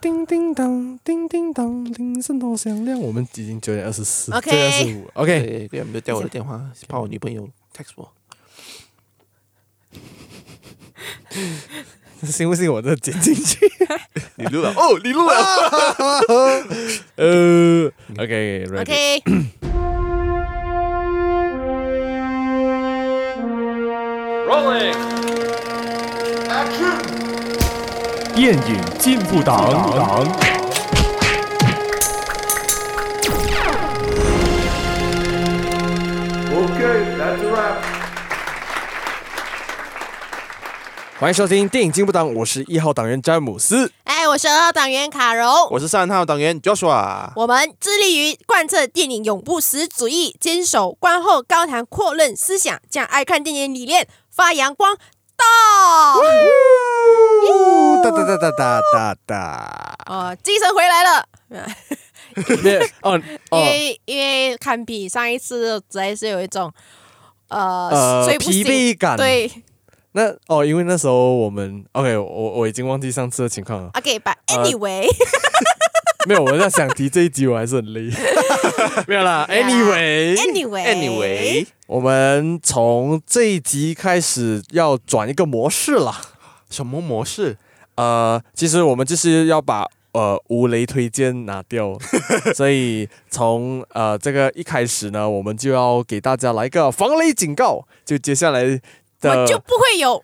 叮叮当，叮叮当，铃声多响亮。我们已经九点二十四 OK 九点二十五，OK，对，对，你就掉我的电 话，怕我女朋友 text 我。信不信我这剪进去？ 你录了哦，你录了。 呃，OK，ready，、 OK，电影进步党。欢迎收听电影进步党，我是一号党员詹姆斯。哎，我是二号党员卡柔，我是三号党员 Joshua。我们致力于贯彻电影永不死主义，坚守观后高谈阔论思想，将爱看电影理念发扬光大。哒哒哒哒哒哒哒。哦，精神回来了。 对哦因哦，为因为堪比上一次，实在是有一种呃呃睡不醒疲惫感对那哦，因为那时候我们 OK，我我已经忘记上次的情况了。 ，OK，but 呃 anyway，、没有，我在想提这一集，我还是很 累。没有啦哎 Yeah ，Anyway， anyway 啊 Anyway，我们从这一集开始要转一个模式了。什么模式？呃，其实我们就是要把呃无雷推荐拿掉， 所以从呃这个一开始呢，我们就要给大家来一个防雷警告。就接下来我就的不会有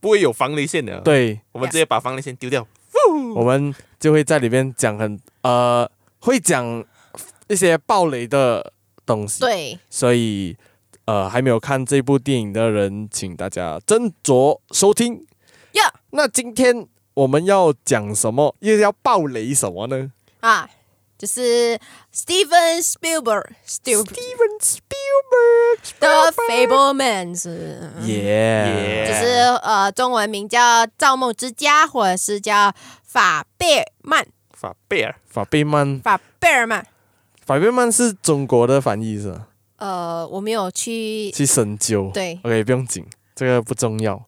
不会有防雷线的。，对，我们直接把防雷线丢掉。我们就会在里面讲很呃会讲一些暴雷的东西。对所以呃，还没有看这部电影的人，请大家斟酌收听。呀那今天我们要讲什么？又要爆雷什么呢啊，就是 Steven Spielberg，Steven ？Steven Spielberg 的 Fableman 是。耶，就 Yeah 是呃，中文名叫《造梦之家》，或者是叫《法贝曼》。法贝尔，法贝曼，法贝尔曼，法贝曼是中国的翻译是吧？呃，我没有去，去深究。对， OK，不用紧，这个不重要。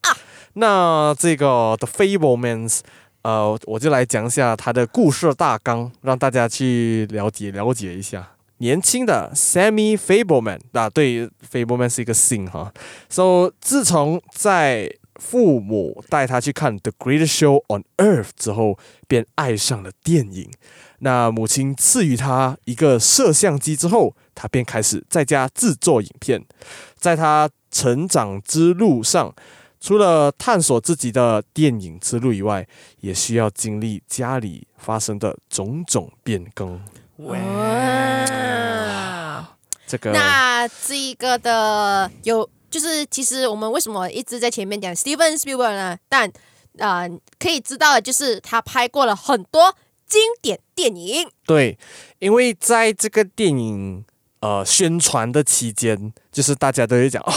那这个 The Fablemans，呃，我就来讲一下它的故事大纲，让大家去了解了解一下。年轻的 Sammy Fableman 啊，对，Fableman 是一个姓哈。So，自从在父母带他去看《The Greatest Show on Earth》之后，便爱上了电影。那母亲赐予他一个摄像机之后，他便开始在家制作影片。在他成长之路上，除了探索自己的电影之路以外，也需要经历家里发生的种种变更。嗯哇，这个那这一个的有，就是其实我们为什么一直在前面讲 Steven Spielberg 呢？但呃，可以知道的就是他拍过了很多经典电影。对，因为在这个电影呃宣传的期间，就是大家都会讲哦，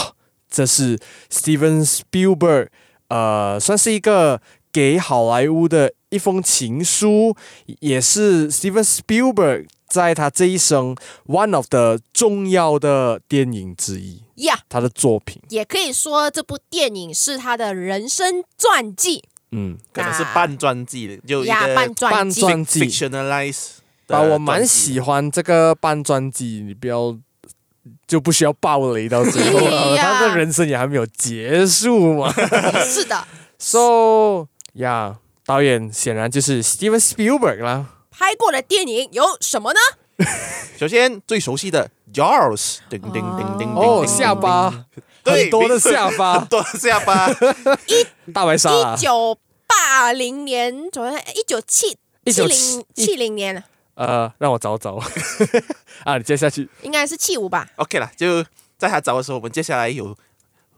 这是 Steven Spielberg，呃，算是一个给好莱坞的一封情书，也是 Steven Spielberg 在他这一生 one of 的重要的电影之一，呀、他的作品，也可以说这部电影是他的人生传记，嗯，可能是半传记的，就一呀，个半传半记，传记 fictionalize 的啊，我传蛮记喜欢这个半专辑，你不要就不需要暴雷到最后 哎了，呀他的人生也还没有结束 嘛。是的， So 呀、导演显然就是 Steven Spielberg 啦，拍过的电影有什么呢？首先最熟悉的 Jaws，叮叮叮叮叮，哦，叮下，巴，对很多的下 很巴，多下巴， 大白鲨啊一，九八零年左右，一九七七1970零七零年，啊呃，让我找 找啊，你接下去，应该是七五吧？ OK 啦，就在他找的时候，我们接下来有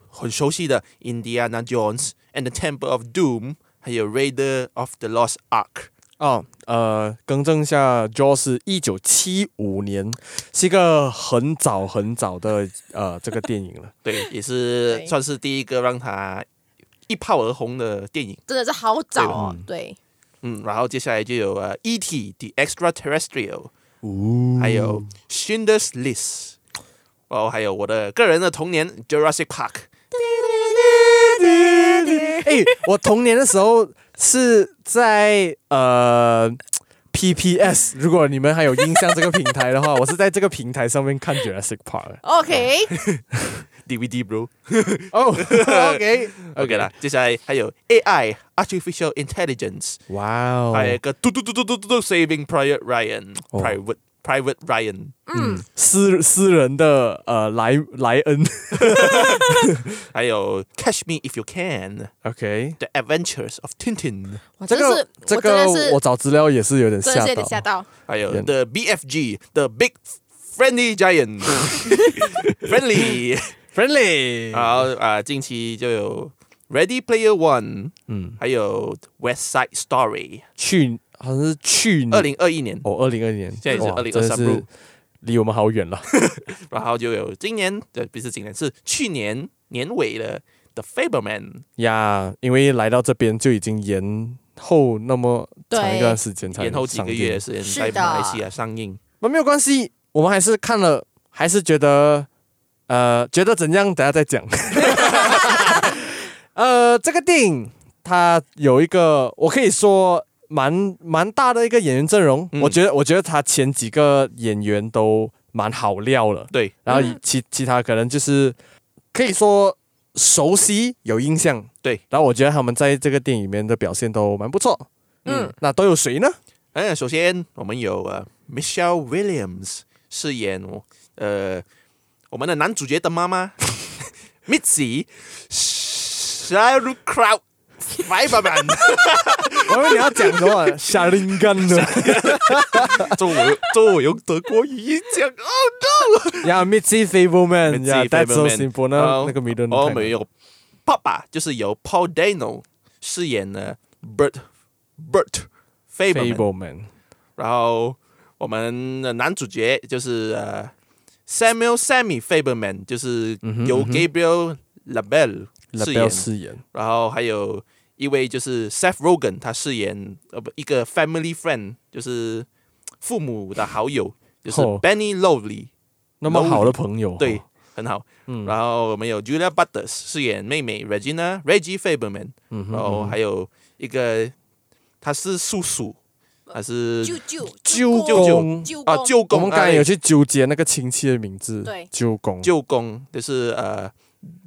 很熟悉的 Indiana Jones and the Temple of Doom，还有 Raider of the Lost Ark。哦，呃，更正一下，Jaws 是一九七五年，是一个很早很早的呃这个电影了。 对，也是对算是第一个让他一炮而红的电影。真的是好早哦嗯，对，嗯，然后接下来就有呃《E.T. The Extraterrestrial》，还有《Schindler's List》，哦，还有我的个人的童年《Jurassic Park》。哎、我童年的时候是在呃 PPS，如果你们还有印象这个平台的话，我是在这个平台上面看 Jurassic Park 的。 OK， DVD bro。哦、o k OK 啦，接下来还有 AI Artificial Intelligence，哇哦，还有一个嘟嘟嘟嘟嘟嘟嘟 Saving Private Ryan、哦 Private Private Ryan，嗯，私私人的呃莱莱恩还有 Catch Me If You Can ，OK， The Adventures of Tintin，我这真个的是，这我真个的是我找资料也是有点真的吓是有到点，吓到。还有天 The BFG The Big Friendly Giant Friendly， friendly 然后啊，近期就有 Ready Player One，嗯，还有 West Side Story，去好像是去年二零二一年，哦，二零二年，现在是哇2023真的，bro 是离我们好远了。然后就有今年的不是今年是去年年尾的 The Fableman。呀因为来到这边就已经延后那么长一段对时间才延后几个月的时间是在的马来西亚上映。那没有关系，我们还是看了，还是觉得，呃，觉得怎样，等下再讲。 呃，这个电影它有一个，我可以说蛮蛮大的一个演员阵容，嗯我觉得，我觉得他前几个演员都蛮好料了，对，然后以嗯其其他可能就是可以说熟悉有印象，对，然后我觉得他们在这个电影里面的表现都蛮不错。嗯，那都有谁呢？嗯，首先我们有呃 Michelle Williams 饰演呃我们的男主角的妈妈 Mitzi s h a r u k r o u d f i b e r m a n 我以为你要讲什么夏林干的 中午中午用德国语讲，Oh 呀，Mitzi Fableman Mitzi 呀，That's so Fableman simple 呢哦，那个迷人 no！我们有爸爸就是由 Paul Dano 饰演的 Bert Bert Faberman。 Fableman，然后我们的男主角就是呃 Samuel Sammy Faberman，就是嗯由 Gabriel Labelle 那不饰演，要饰演然后还有一位就是 Seth Rogen，他饰演呃不一个 family friend，就是父母的好友，就是哦 Benny Lowly，、那么好的朋友，哦对，很好。嗯然后我们有 Julia Butters 饰演妹妹 Regina Reggie Faberman，、然嗯后还有一个他是叔叔，他是舅舅，舅舅舅公，舅啊公舅我公，们刚才哎有去纠结那个亲戚的名字，对舅公，舅公，就是呃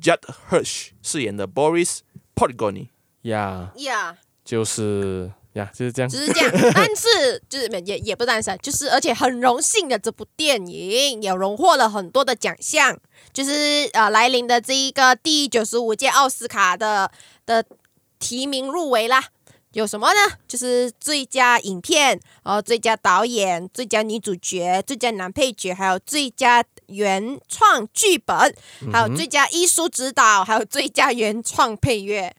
，Judd Hirsch 饰演的 Boris Podgony。呀，呀，就是呀，就是这样，只是这样。但是就是没也也不单是，就是而且很荣幸的，这部电影也荣获了很多的奖项，就是呃来临的这一个第九十五届奥斯卡的的提名入围啦。有什么呢？就是呃最佳影片，然后最佳导演、最佳女主角、最佳男配角，还有最佳原创剧本，还有最佳艺术指导，还有最佳原创配乐。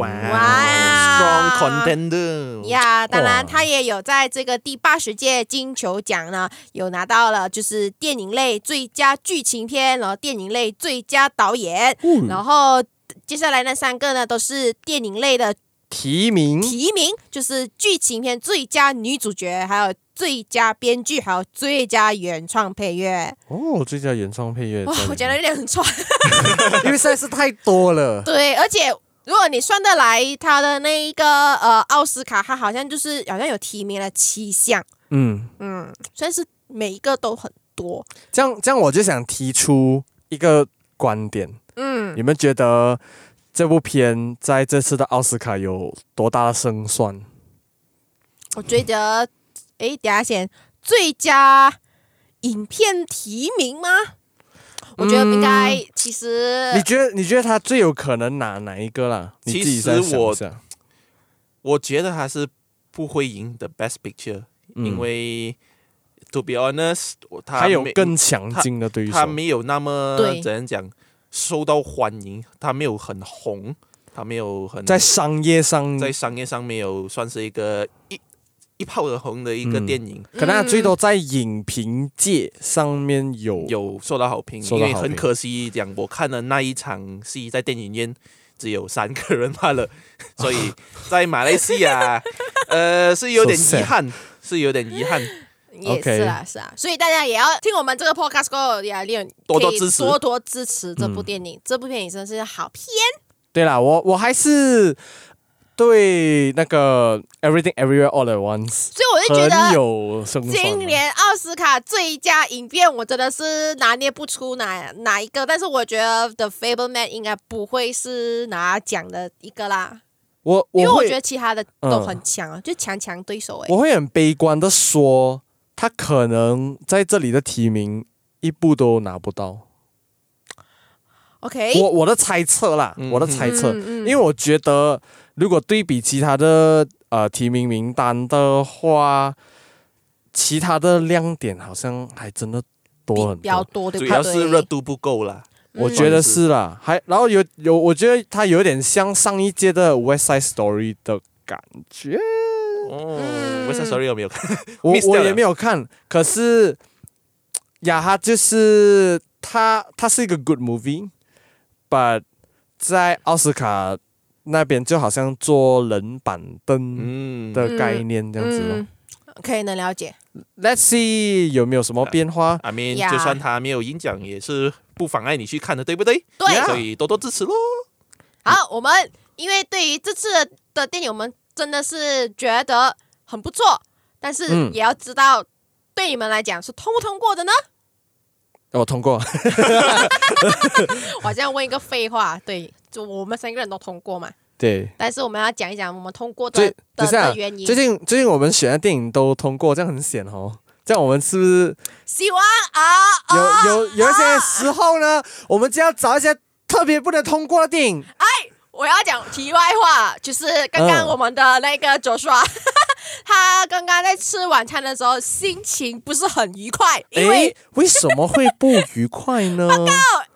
哇哇，Strong contender。呀，当然，哇他也有在这个第八十届金球奖呢，有拿到了就是电影类最佳剧情片，然后电影类最佳导演，嗯嗯然后接下来那三个呢都是电影类的提名提名，就是剧情片最佳女主角，还有最佳编剧，还有最佳原创配乐。哦，最佳原创配乐，哇，我觉得有点很喘。因为实在是太多了， 对，而且如果你算得来他的那一个呃奥斯卡，他好像就是好像有提名了七项。嗯，嗯，算是每一个都很多。这样这样我就想提出一个观点，嗯，你们觉得这部片在这次的奥斯卡有多大的胜算？我觉得，诶，等一下先，最佳影片提名吗？我觉得应该，其实嗯你觉得你觉得他最有可能拿哪一个啦？你其自己实再想我一下。我觉得他是不会赢 The Best Picture，因为 To be honest，我他嗯还有没更强劲的对手他，没有那么对怎样讲受到欢迎，他没有很红，他没有很在商业上，嗯在商业上没有算是一个一一炮而红的一个嗯电影。可能他最多在影评界上面有有受到好评，受因到为好很评可惜，讲我看的那一场戏在电影院只有三个人罢 了，所以在马来西亚，呃，是有点 So sad 遗憾，是有点遗憾。也是啦是啊，所以大家也要听我们这个 podcast 过后，也练多多支持嗯多多支持这部电影。这部电影真是好片，对啦，我我还是对那个 Everything Everywhere All at Once 所以我就觉很得有生存啊今年奥斯卡最佳影片我真的是拿捏不出哪哪一个，但是我觉得 The Fableman 应该不会是拿奖的一个啦，我因为我我会嗯觉得其他的都很强啊，就强强对手哎、我会很悲观的说，他可能在这里的提名一部都拿不到。 OK，我我的猜测啦，嗯我的猜测，嗯因为我觉得如果对比其他的呃提名名单的话，其他的亮点好像还真的多很比比较多。多，对主不对？嗯要是热度不够啦。我觉得是啦，还然后有有，我觉得它有点像上一届的 West Side Story 的感觉。哦嗯 w e s Story 有没有看？我 miss 我掉了也没有看，可是呀，它就是它，它是一个 good movie，but 在奥斯卡那边就好像坐冷板凳嗯，的概念这样子咯。嗯可以能了解。 Let's see 有没有什呃么变化？ I mean，呀就算他没有影奖，也是不妨碍你去看的，对不对？对 Yeah 所以多多支持喽。好，我们因为对于这次的电影，我们真的是觉得很不错，但是嗯也要知道，对你们来讲是通不通过的呢？我、哦通过，我这样问一个废话，对，就我们三个人都通过嘛，对。但是我们要讲一讲我们通过的最的等一下的原因最。近最近我们选的电影都通过，这样很险哦。这样我们是不是希望啊有、啊，有有一些时候呢，我们就要找一些特别不能通过的电影？我要讲题外话，就是刚刚嗯我们的那个左刷。 他刚刚在吃晚餐的时候心情不是很愉快，因为哦诶，为什么会不愉快 呢？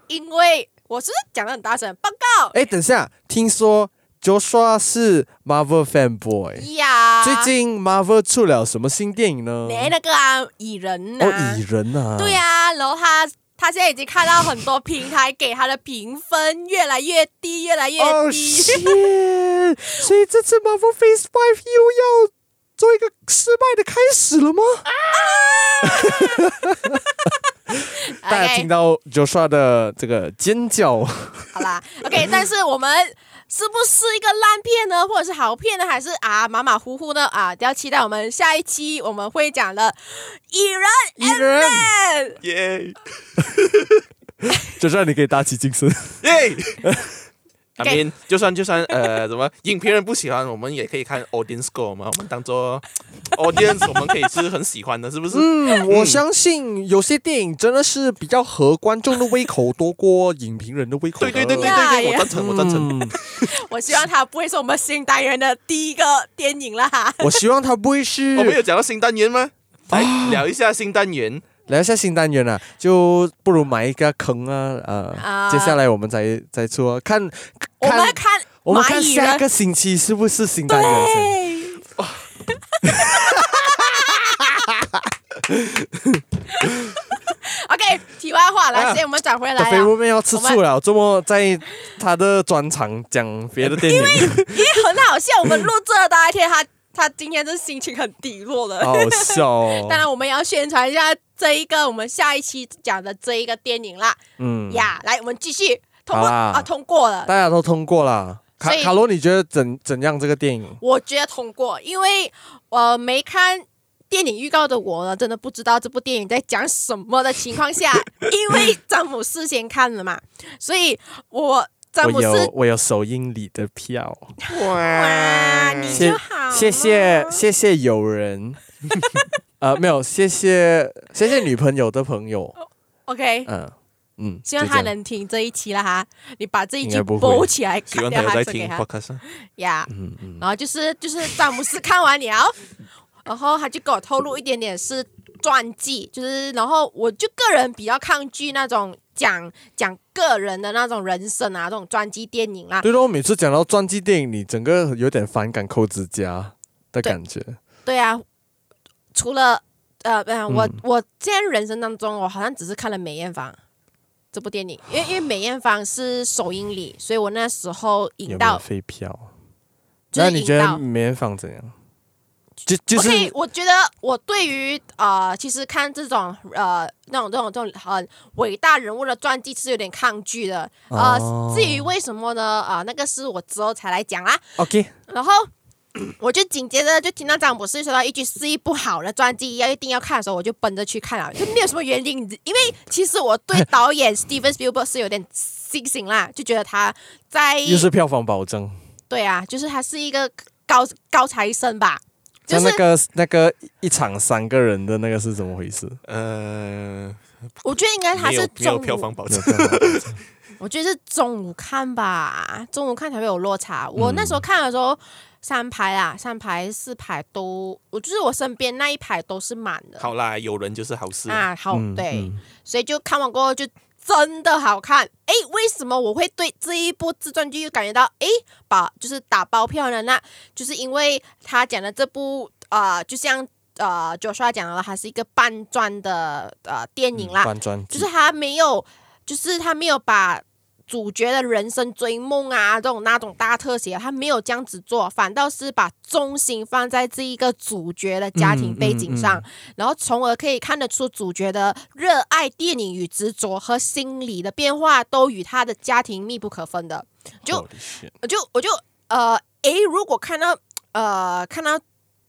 因为我是不是讲的很大声，报告哎，等一下，听说 Joshua 是 Marvel fanboy，、呀，最近 Marvel 出了什么新电影呢？啊没那个啊，蚁人呐、哦，蚁人啊，对呀、然后他他现在已经看到很多平台给他的评分越来越低，越来越哦低。 天，所以这次 Marvel Phase Five 又要做一个失败的开始了吗？大家 OK，听到 Joshua 的这个尖 叫，好啦，OK，但是我们。是不是一个烂片呢，或者是好片呢，还是啊马马虎虎呢？啊，要期待我们下一期我们会讲的蚁蚁人人嗯 Man。耶 ，Joshua 你可以打起精神。耶 ！I Okay mean，就算就算呃，什么影评人不喜欢，我们也可以看 audience score 嘛，我们当 做 audience，我们可以是很喜欢的，是不是？嗯，我相信有些电影真的是比较合观众的胃口多过影评人的胃口的。对对对对呀对对，呀我赞成，我赞成。哦嗯我希望它不会是我们新单元的第一个电影啦。我希望他不会是 我们有讲到新单元吗？啊来聊一下新单元。聊一下新单元啊，就不如埋一个坑啊，呃，啊接下来我们再再做啊，看我看们看我们蚂看蚁下人个星期是不是新单元先。 OK，题外话来，啊所以我们转回的来飞了，入面要吃醋了，这么在他的专场讲别的电影，因为很好笑。我们录这的那天， 他他今天这心情很低落的。 好笑哦。 当然，我们也要宣传一下这一个我们下一期讲的这一个电影啦。嗯，呀、来，我们继续通好过啦啊，通过了大。家都通过啦。卡所以卡罗，你觉得怎怎样这个电影？我觉得通过，因为我没看电影预告的我呢，真的不知道这部电影在讲什么的情况下， 因为詹姆斯先看了嘛，所以我詹我姆有斯我有首映礼的票，哇，你谢就好了，谢谢谢谢友人， 呃，没有，谢谢谢谢女朋友的朋友， OK，嗯嗯，哦希望就这他样能听这一期了哈，你把这一应句该不会播起来，希望砍掉他有它在送给听他 podcast 啊。呀。嗯然后就是就是詹姆斯看完了，然后他就给我透露一点点是传记，就是然后我就个人比较抗拒那种讲讲个人的那种人生啊，这种传记电影啦。对咯，每次讲到传记电影，你整个有点反感扣指甲的感觉。对啊，除了呃，不然嗯我、我现在人生当中，我好像只是看了梅艳芳这部电影，因为因为梅艳芳是首映礼，所以我那时候有引没有到飞票？就是那你觉引得到梅艳芳怎样？就就我是可以，我觉得我对于呃，其实看这种呃那种这种这种很伟大人物的传记是有点抗拒的。呃，哦至于为什么呢？啊、那个是我之后才来讲啦。 OK，然后 我就紧接着就听到张博士说到一句是一部好的专辑，要一定要看的时候，我就奔着去看了，就没有什么原因，因为其实我对导演 Steven Spielberg 是有点信心啦，就觉得他在又是票房保证，对啊，就是他是一个高高材生吧，就像是那个那个一场三个人的那个是怎么回事？呃，我觉得应该他没有是没有中票午，房保没证有，票房保证我觉得是中午看吧，中午看才会有落差。我那时候看的时候。三排啊，三排、四排都，我就是我身边那一排都是满的。好啦，有人就是好事。啊，好、嗯对，嗯所以就看完过后就真的好看。诶，为什么我会对这一部自传剧感觉到诶，把就是打包票呢？那就是因为他讲的这部啊、呃就像呃九帅讲的了，它是一个半传的呃电影啦，搬砖就机是他没有，就是他没有把主角的人生追梦啊，这种那种大特写，他没有这样子做，反倒是把重心放在这一个主角的家庭背景上，嗯然后从而可以看得出主角的热爱电影与执着和心理的变化，都与他的家庭密不可分的。就 Holy shit 我就我就呃，诶，如果看到呃看到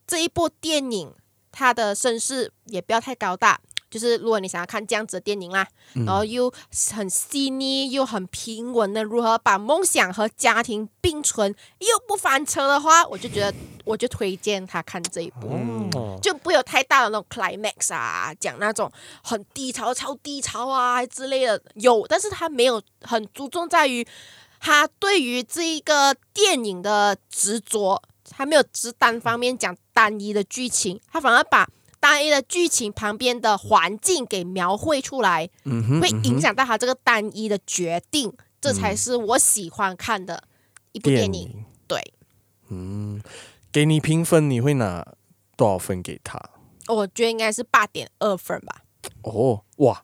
这一部电影，它的身世也不要太高大。就是如果你想要看这样子的电影啦，然后又很细腻又很平稳的如何把梦想和家庭并存，又不翻车的话，我就觉得我就推荐他看这一部。哦就不会有太大的那种 climax 啊，讲那种很低潮、超低潮啊之类的有，但是他没有很注重在于他对于这一个电影的执着，他没有只单方面讲单一的剧情，他反而把单一的剧情旁边的环境给描绘出来，嗯哼嗯会影响到他这个单一的决定，这才是我喜欢看的一部电影。影，对，嗯，给你评分你会拿多少分给他？我觉得应该是八点二分吧。哦，哇，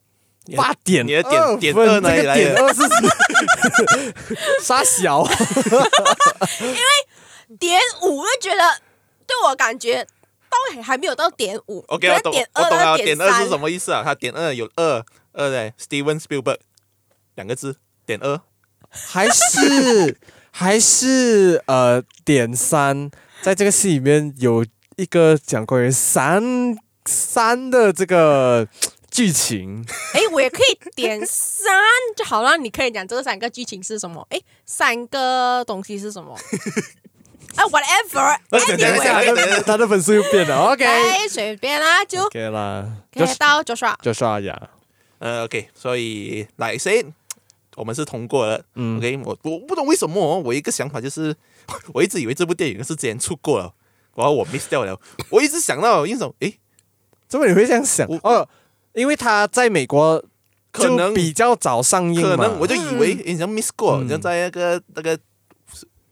八点你的点点二分哪里这个来点的？二是傻小，点五，我就觉得对我感觉到还还没有到点五。 OK，觉我得懂，点我二懂到了。点点二是什 三么意思啊？他点二有二二嘞，Steven Spielberg 两个字，点二还是还是呃点三，在这个戏里面有一个讲关于三三的这个剧情，哎，我也可以点三就好了。你可以讲这三个剧情是什么？哎，三个东西是什 么？啊，whatever，那讲讲一下他 anyway，的他的分数又变了，OK。哎，随便啦，就 OK 啦，就可以到 Joshua。就刷牙，呃，OK，所以 like I said，我们是通过了。嗯 OK，我我不懂为什么哦、我一个想法就是， 我一直以为这部电影是之前出过了，然后我 miss 掉了。 我一直想到，因为什么？诶，怎么你会这样想我？哦，因为他在美国可能就比较早上映嘛，可能我就以为诶你像 miss 过，嗯你像在那个那个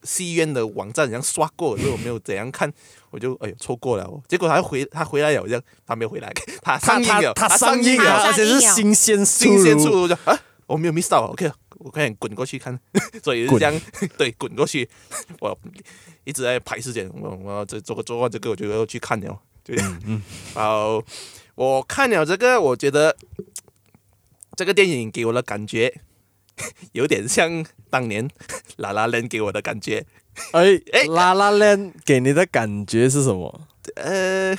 戏院的网站上刷过，所以我没有怎样看， 我就哎呦错过了哦。结果他回他回来了，我这样他没有回来， 他他啊上映了，他啊上上映了了，他而且上映是了新鲜出新鲜出炉炉就啊，我没有 miss 到，OK，我快点滚过去看， 所以是滚这样， 对，滚过去，我一直在排时间，我我要这做个做完这个，我就要去看了，对， 嗯，然后我看了这个，我觉得这个电影给我的感觉 有点像当年《 拉拉人》给我的感觉，哎哎拉拉链给你的感觉是什么？呃，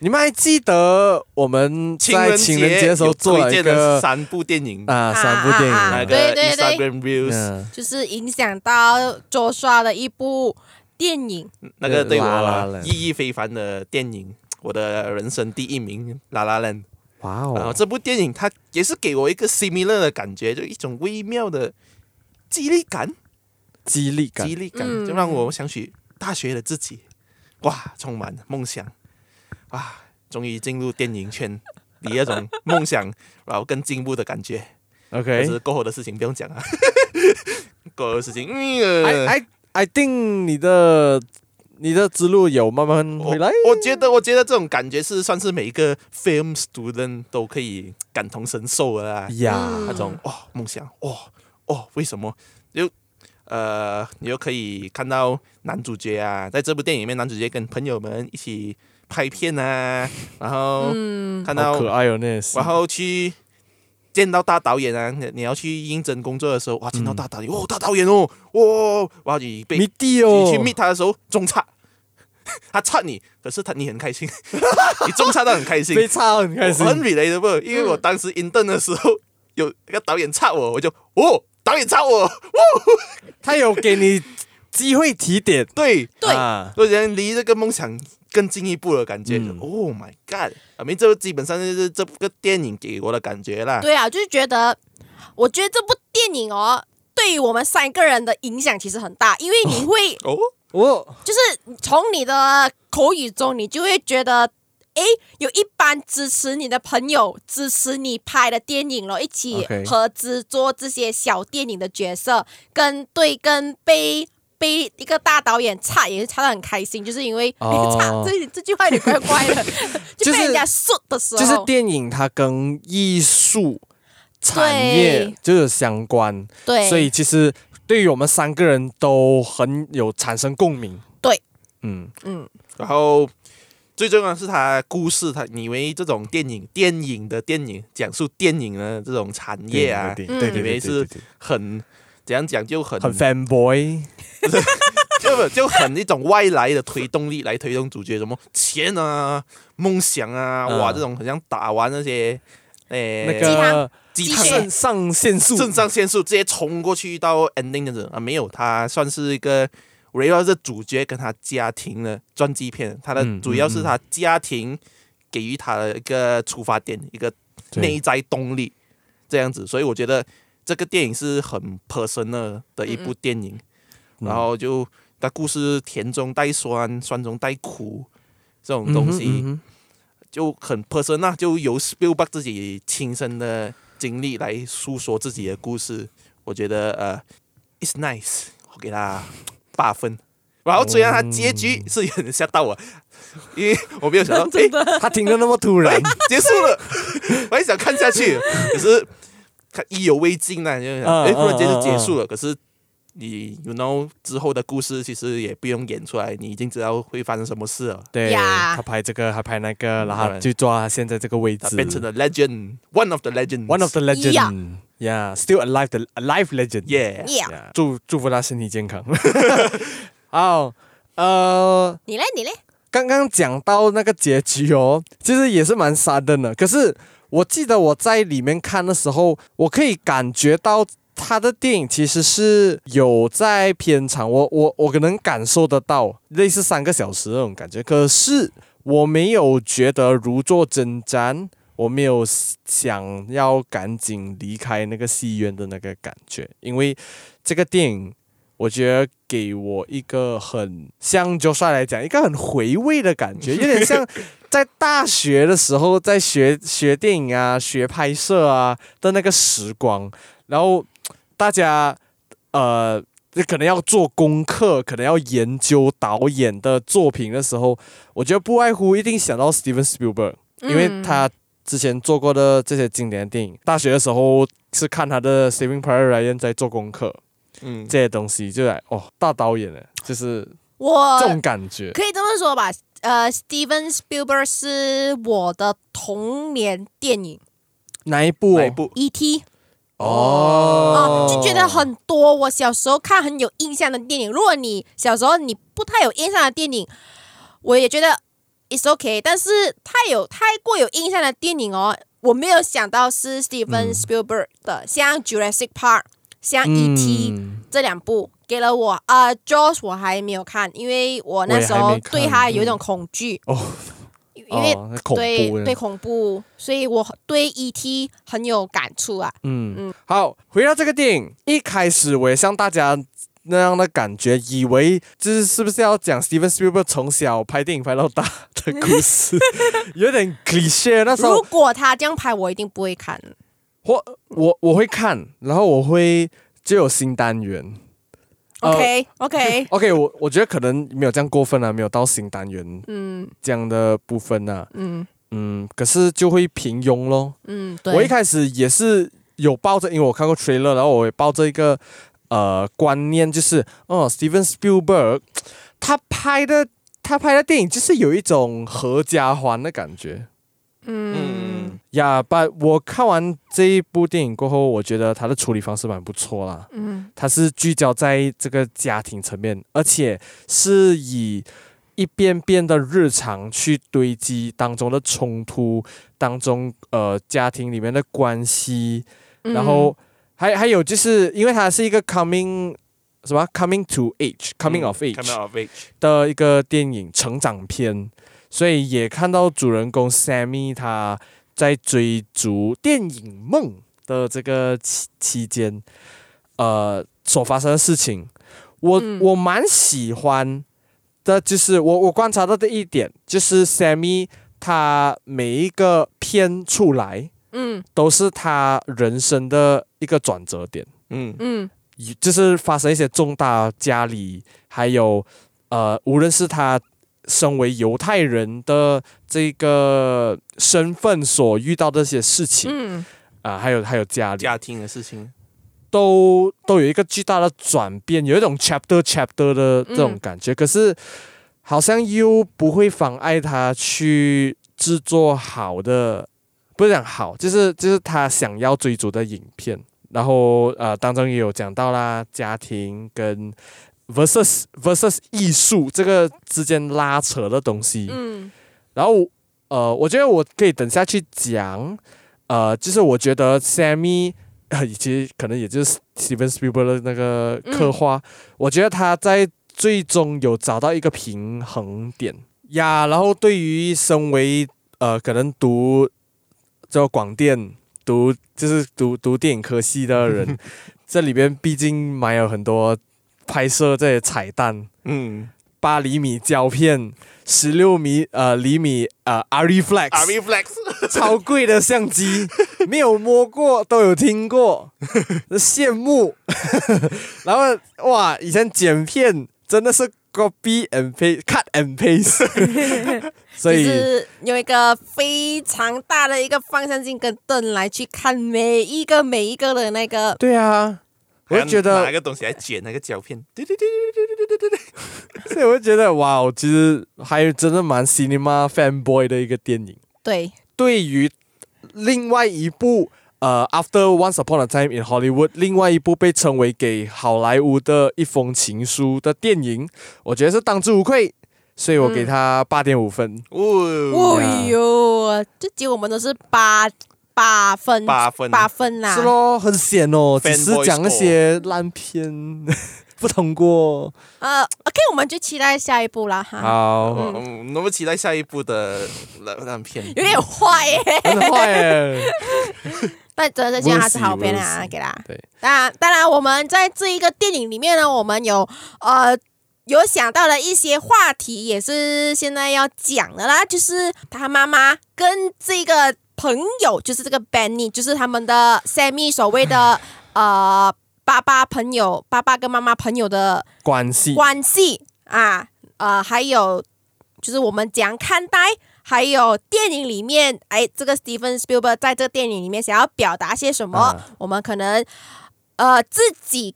你们还记得我们情在情人节的时候有做推了一荐的个三部电影，啊三部电影啊啊，那对个对对 Instagram Reels，嗯就是影响到 Joshua 的一部电影，那个对拉拉我人意义非凡的电影，我的人生第一名《拉拉人》。哇然后哦，这部电影它也是给我一个 similar 的感觉，就一种微妙的激励感，激励感激，励感，嗯就让我想起大学的自己，哇，充满梦想，哇，终于进入电影圈，以那种梦想然后更进步的感觉。但 OK 是。过后的事情不用讲啊， 过后的事情，嗯，呃 I I I think 你的你的之路有慢慢我回来，我觉得，我觉得这种感觉是算是每一个 film student 都可以感哎同身受的啦。呀那种哦，梦想哦哦，为什么就呃，你又可以看到男主角啊，在这部电影里面，男主角跟朋友们一起拍 片啊，然后嗯看到、好可爱哦，那然后去见到大导演啊，你你要去应征工作的时候，哇，嗯见到大导演，哦，大导演哦，哇、哦，哇，你被迷你弟哦，去 meet 他的时候中差， 他差你，可是他你很开心， 你中差到很开心，被插很开心嗯我，很 relatable，因为我当时 intern 的时候有一个导演差我，我就哦，导演差我， 他有给你机会提点， 对，对啊我觉得离这个梦想更进一步的感觉。嗯 oh my god！啊，没，这基本上就是这个电影给我的感觉啦。对啊，就是觉得，我觉得这部电影哦，对于我们三个人的影响其实很大，因为你会哦，哦，就是从你的口语中，你就会觉得，诶，有一班支持你的朋友支持你拍的电影了，一起 OK 合资做这些小电影的角色，跟对跟被被一个大导演插也是插的很开心，就是因为 哦插、这这句话有点怪 怪的，就是就被人家说的时候，就是电影它跟艺术产业对就是相关，对，所以其实对于我们三个人都很有产生共鸣。对，嗯，嗯，然后最重要的是它故事，它你以为这种电影电影的电影讲述电影的这种产业啊，对嗯对对对以对为是对对很怎样讲就很很 fanboy，就不就很一种外来的推动力来推动主角什么钱啊、梦想啊，嗯哇，这种好像打完那些，诶、那鸡个汤鸡鸡汤血肾上腺素，嗯肾上腺素直接冲过去到 ending 这样子啊，没有，它算是一个围绕着主角跟他家庭的传记片，它的嗯主要是嗯嗯他家庭给予他的一个出发点，一个对内在动力这样子，所以我觉得这个电影是很 personal 的一部电影，嗯然后就它故事甜中带酸，酸中带苦这种东嗯西。哼嗯哼就很 personal，就由 Spielberg 自己亲身的经历来诉说自己的故事。我觉得呃，it's nice，我给他八分。然后虽然他结局是有点吓到我，因为我没有想呃 到，哎，他哦停的那么突 然，结束了， 我还想看下去，可是看意犹未尽呢，就想，嗯哎，忽然间嗯就嗯结束了，可是。你 you know 之后的故事其实也不用演出来，你已经知道会发生什么事了。对呀他拍这个，他拍那个，然后当他然就抓他现在这个位他置，变成了 legend，one of the legends。 one of the Yeah legend，yeah，still alive 的 alive legend， yeah。 Yeah， Yeah，祝祝福他身体健康。 好，呃，你嘞你嘞，刚刚讲到那个结局哦，其实也是蛮 sudden 的。可是我记得我在里面看的时候，我可以感觉到他的电影其实是有在片长，我我我可能感受得到，类似三个小时那种感觉。可是我没有觉得如坐针毡，我没有想要赶紧离开那个戏院的那个感觉，因为这个电影我觉得给我一个很像 j o s h 来讲，一个很回味的感觉，有点像在大学的时候在学学电影啊、学拍摄啊的那个时光。然后大家呃，可能要做功课，可能要研究导演的作品的时候，我觉得不外乎一定想到 Steven Spielberg，因为嗯他之前做过的这些经典的电影，大学的时候是看他的 Saving Private Ryan 在做功课。嗯，这些东西，就来哦，大导演哎，就是我这种感觉。呃可以这么说吧，呃，Steven Spielberg 是我的童年电影哪一部？哪一？部？ E.T. 哦哦，就觉得很多我小时候看很有印象的电影。如果你小时候你不太有印象的电影，我也觉得 it's OK。但是太有太过有印象的电影哦，我没有想到是 Steven Spielberg 的，像 Jurassic Park，像 E E.T.、嗯这两部给了我啊、呃、，Jaws 我还没有看，因为我那时我也还候没看对它有一种恐惧，哦，因为哦那恐对、怖的对恐怖，所以我对 E.T. 很有感触啊。嗯，好，回到这个电影，一开始我也像大家那样的感觉，以为这是不是要讲 Steven Spielberg 从小拍电影拍到大的故 事，有点 cliche。那时如候果他这样拍，我一定不会看。我我我会看，然后我会就有新单元。呃 OK OK， OK，我我觉得可能没有这样过分啊，没有到新单元嗯这样的部分啊。嗯嗯，可是就会平庸咯。 嗯，对，我一开始也是有抱着，因为我看过 trailer，然后我也抱着一个呃观念，就是哦，Steven Spielberg 他拍的他拍的电影就是有一种合家欢的感觉。嗯，呀，把我看完这一部电影过后，我觉得他的处理方式蛮不错啦。嗯他是聚焦在这个家庭层面，而且是以一遍遍的日常去堆积当中的冲突，当中呃家庭里面的关系，嗯然后还还有就是因为它是一个 coming 什么 coming to age，coming of age，、嗯 Coming of age，的一个电影成长片，所以也看到主人公 Sammy 他在追逐电影梦的这个期期间，呃，所发生的事情，我、嗯我蛮喜欢的，就是我我观察到的一点，就是 Sammy 他每一个片出来嗯都是他人生的一个转折点。嗯嗯以就是发生一些重大家里，还有呃，无论是他身为犹太人的这个身份所遇到的一些事情嗯啊、还有还有家里，家庭的事情，都都有一个巨大的转变，有一种 chapter chapter 的这种嗯感觉。可是好像又不会妨碍他去制作好的，不是讲好，就是就是他想要追逐的影片。然后呃，当中也有讲到啦，家庭跟 versus versus 艺术这个之间拉扯的东西。嗯然后呃，我觉得我可以等下去讲，呃，就是我觉得 Sammy 呃，以及可能也就是 Steven Spielberg 的那个刻画，我觉得他在最终有找到一个平衡点呀。然后对于身为呃，可能读这个广电读就是读读电影科系的人，这里边毕竟埋有很多拍摄这些彩蛋。嗯八厘米胶片，十六米呃厘米呃 Ariflex， ，Are reflex，超贵的相机， 没有摸过都有听过， 羡慕。 然后哇，以前剪片真的是 copy and paste cut and paste，所就以是用一个非常大的一个方向镜跟灯来去看每一个每一个的那个，对啊，我就觉得拿一个东西来剪那个胶片，对对对所以我就觉得哇，我其实还真的蛮 cinema fanboy 的一个电影。对，对于另外一部呃《After Once Upon a Time in Hollywood》另外一部被称为给好莱坞的一封情书的电影，我觉得是当之无愧，所以我给他八点五分。哦，哦哟，这结果我们都是八八分，八分八分啦，是咯，很险哦，只 Fanboy 是讲那些烂片不通过。呃，OK，我们就期待下一步啦哈，好，哦嗯，那么期待下一部的烂烂片，有点坏 耶、很坏耶。但真的这些还是好片 Will 啊 see，给啦。对，当然，当然，我们在这一个电影里面呢，我们有呃有想到了一些话题，也是现在要讲的啦，就是他妈妈跟这个朋友，就是这个 Benny，就是他们的 Sammy 所谓的呃爸爸朋友，爸爸跟妈妈朋友的关 系关系啊，呃，还有就是我们怎样看待，还有电影里面，哎，这个 Steven Spielberg 在这个电影里面想要表达些什么，啊我们可能呃自己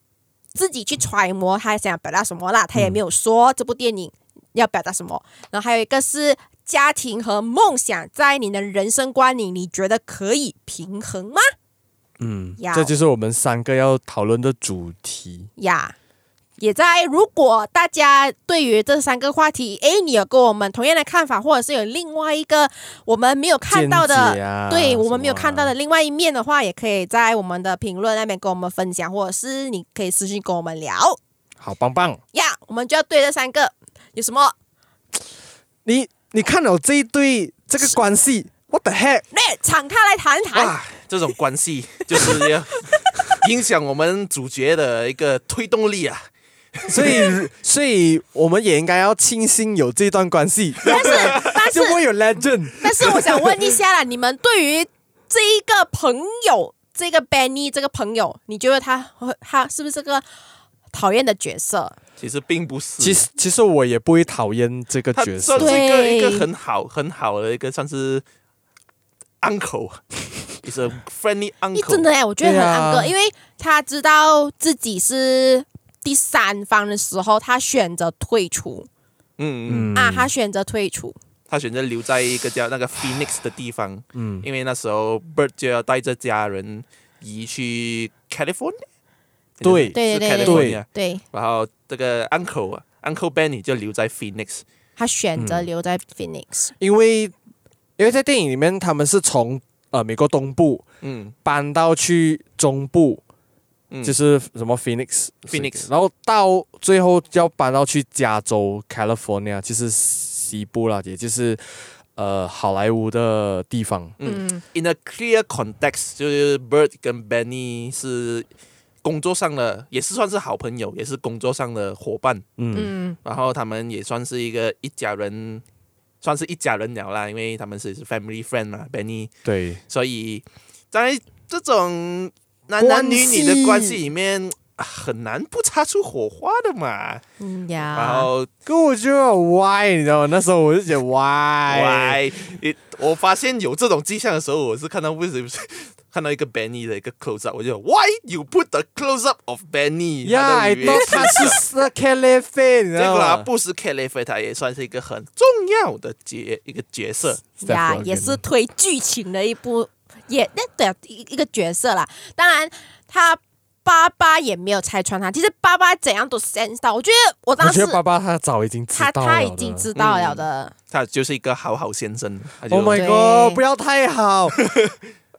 自己去揣摩他想表达什么啦，他也没有说这部电影要表达什么。然后还有一个是家庭和梦想在你的人生观里，你觉得可以平衡吗？嗯要，这就是我们三个要讨论的主题。呀。也在，如果大家对于这三个话题，诶，你有跟我们同样的看法，或者是有另外一个我们没有看到见解的，啊对我什么们没有啊看到的另外一面的话，也可以在我们的评论那边跟我们分享，或者是你可以私信跟我们聊好棒棒。呀。我们就要对这三个有什么你你看了这一对这个关系，what the heck？来敞开来谈一谈。哇，啊这种关 系就是要影响我们主角的一个推动力啊！所以，所以我们也应该要庆幸有这段关系，要不然但是 就不会有 legend。但是我想问一下啦，你们对于这一个朋友，这个 Benny 这个朋友，你觉得他他是不是个讨厌的角色？其实并不是，其实，其实我也不会讨厌这个他角色算是，一个 对一个很好很好的一个算是 uncle ，is a friendly 你真的 uncle。哎，我觉得很对啊安哥，因为他知道自己是第三方的时候，他选择退出、嗯嗯，嗯啊，他选择退出，他选择留在一个叫那个 Phoenix 的地方，嗯因为那时候 Bird 就要带着家人移去 California。对对对对 c a l i f o r n 对 i a 对然后这个 uncle 啊，uncle Benny 就留在 Phoenix。他选嗯择留在 Phoenix，、因为因为在电影里面他们是从呃美国东部嗯搬到去中部，嗯，就是是什么 Phoenix Phoenix 然后到最后要搬到去加州 California，就是西部啦，也就是呃好莱坞的地方。嗯嗯，in a clear context，就是 Bird 跟 Benny 是工作上的，也是算是好朋友，也是工作上的伙伴。嗯嗯然后他们也算是一个一家人，算是一家人了啦，因为他们是是 family friend 嘛，Benny，对，所以在这种男男女女的关系里面，啊很难不擦出火花的嘛。嗯然呀，后可我觉得很歪，你知道吗？那时候我就觉 得歪，喂，你我发现有这种迹象的时候，我是看到为什么看到一个 Benny 的一个 close up，我就 Why you put the close up of Benny？呀， 他的 I 语言 thought 他是 California，你知结道果啊，吗？不是 k e l l y f 他也算是一个很重要的角一个角色。呀 Steph 也是推剧情的一部，也那对啊一一个角色啦。当然，他爸爸也没有拆穿他，其实爸爸怎样都 sense 到。我觉得我我当觉时得爸爸他早已经知他道他了已经的知道了的，他就是一个好好先生。他就 Oh my 对 god！不要太 好。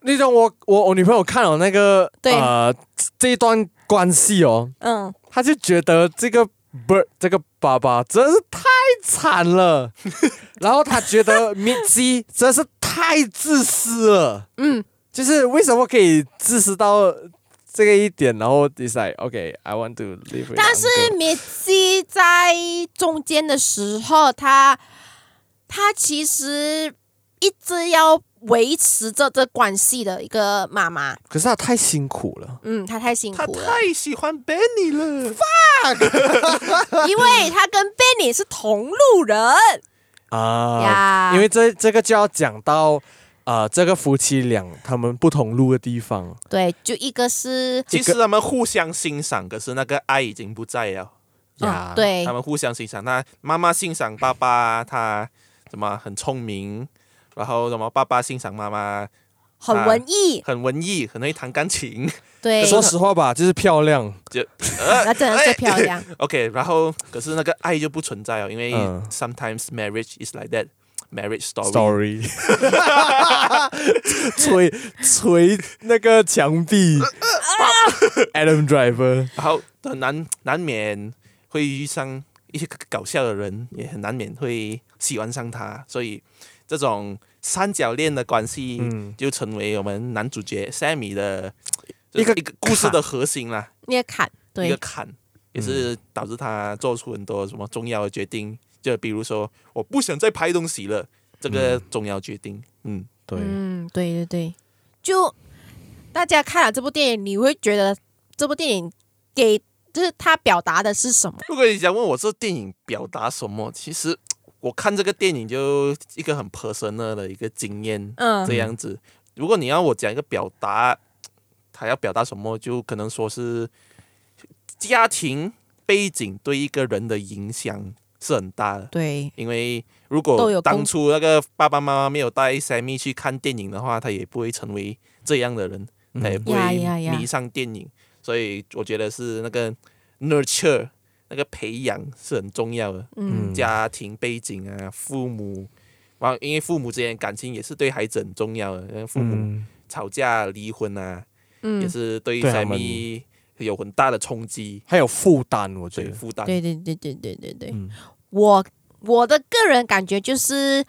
那种我我我女朋友看了那个对呃这这一段关系哦，嗯她就觉得这个不这个爸爸真是太惨了， 然后她觉得 Mitzi 真是太自私了，嗯，就是为什么可以自私到这个一点，然后 decide OK，I、want to live with uncle。但是米西在中间的时候，他他其实一直要维持着这关系的一个妈妈，可是她太辛苦了，嗯，她太辛他苦了，太喜欢 Benny 了。因为她跟 Benny 是同路 人啊呀，因为这这个就要讲到，呃，这个夫妻俩他们不同路的地方。对，就一个是其实他们互相欣赏，可是那个爱已经不在了。呀嗯，对他，们互相欣赏，那妈妈欣赏爸爸，他什么很聪明，然后什么爸爸欣赏妈妈很文艺，很文艺，很会弹钢琴。 对，说实话吧，就是漂亮。 那真的哎是漂亮， OK，然后可是那个爱就不存在哦了，因为嗯 sometimes marriage is like that。Marriage story，, Sorry，捶捶那个墙壁。Adam Driver，然后很难难免会遇上一些搞笑的人，也很难免会喜欢上他，所以这种三角恋的关系嗯就成为我们男主角 Sammy 的一个一个故事的核心啦，你也看，一个对，嗯坎，也是导致他做出很多什么重要的决定，就比如说我不想再拍东西了，这个重要决定，嗯，对，嗯，对对对，就大家看了这部电影，你会觉得这部电影给就是他表达的是什么？如果你想问我这电影表达什么，其实我看这个电影就一个很 personal 的一个经验嗯这样子。如果你要我讲一个表达，他要表达什么，就可能说是家庭背景对一个人的影响是很大的。对，因为如都有果共当初那个爸爸妈妈没有带 Sammy 去看电影的话，他也不会成为这样的人，嗯他也不呀会呀呀迷上电影。所以我觉得是那个 nurture 那个培养是很重要的，嗯家庭背景啊，父母，然后因为父母之间的感情也是对孩子很重要的，因为父母嗯，吵架、离婚啊，也嗯，是对对他 Sammy 有很大的冲击，还有负担，我觉对得。负担。对对对对对对对，嗯我我的个人感觉就是。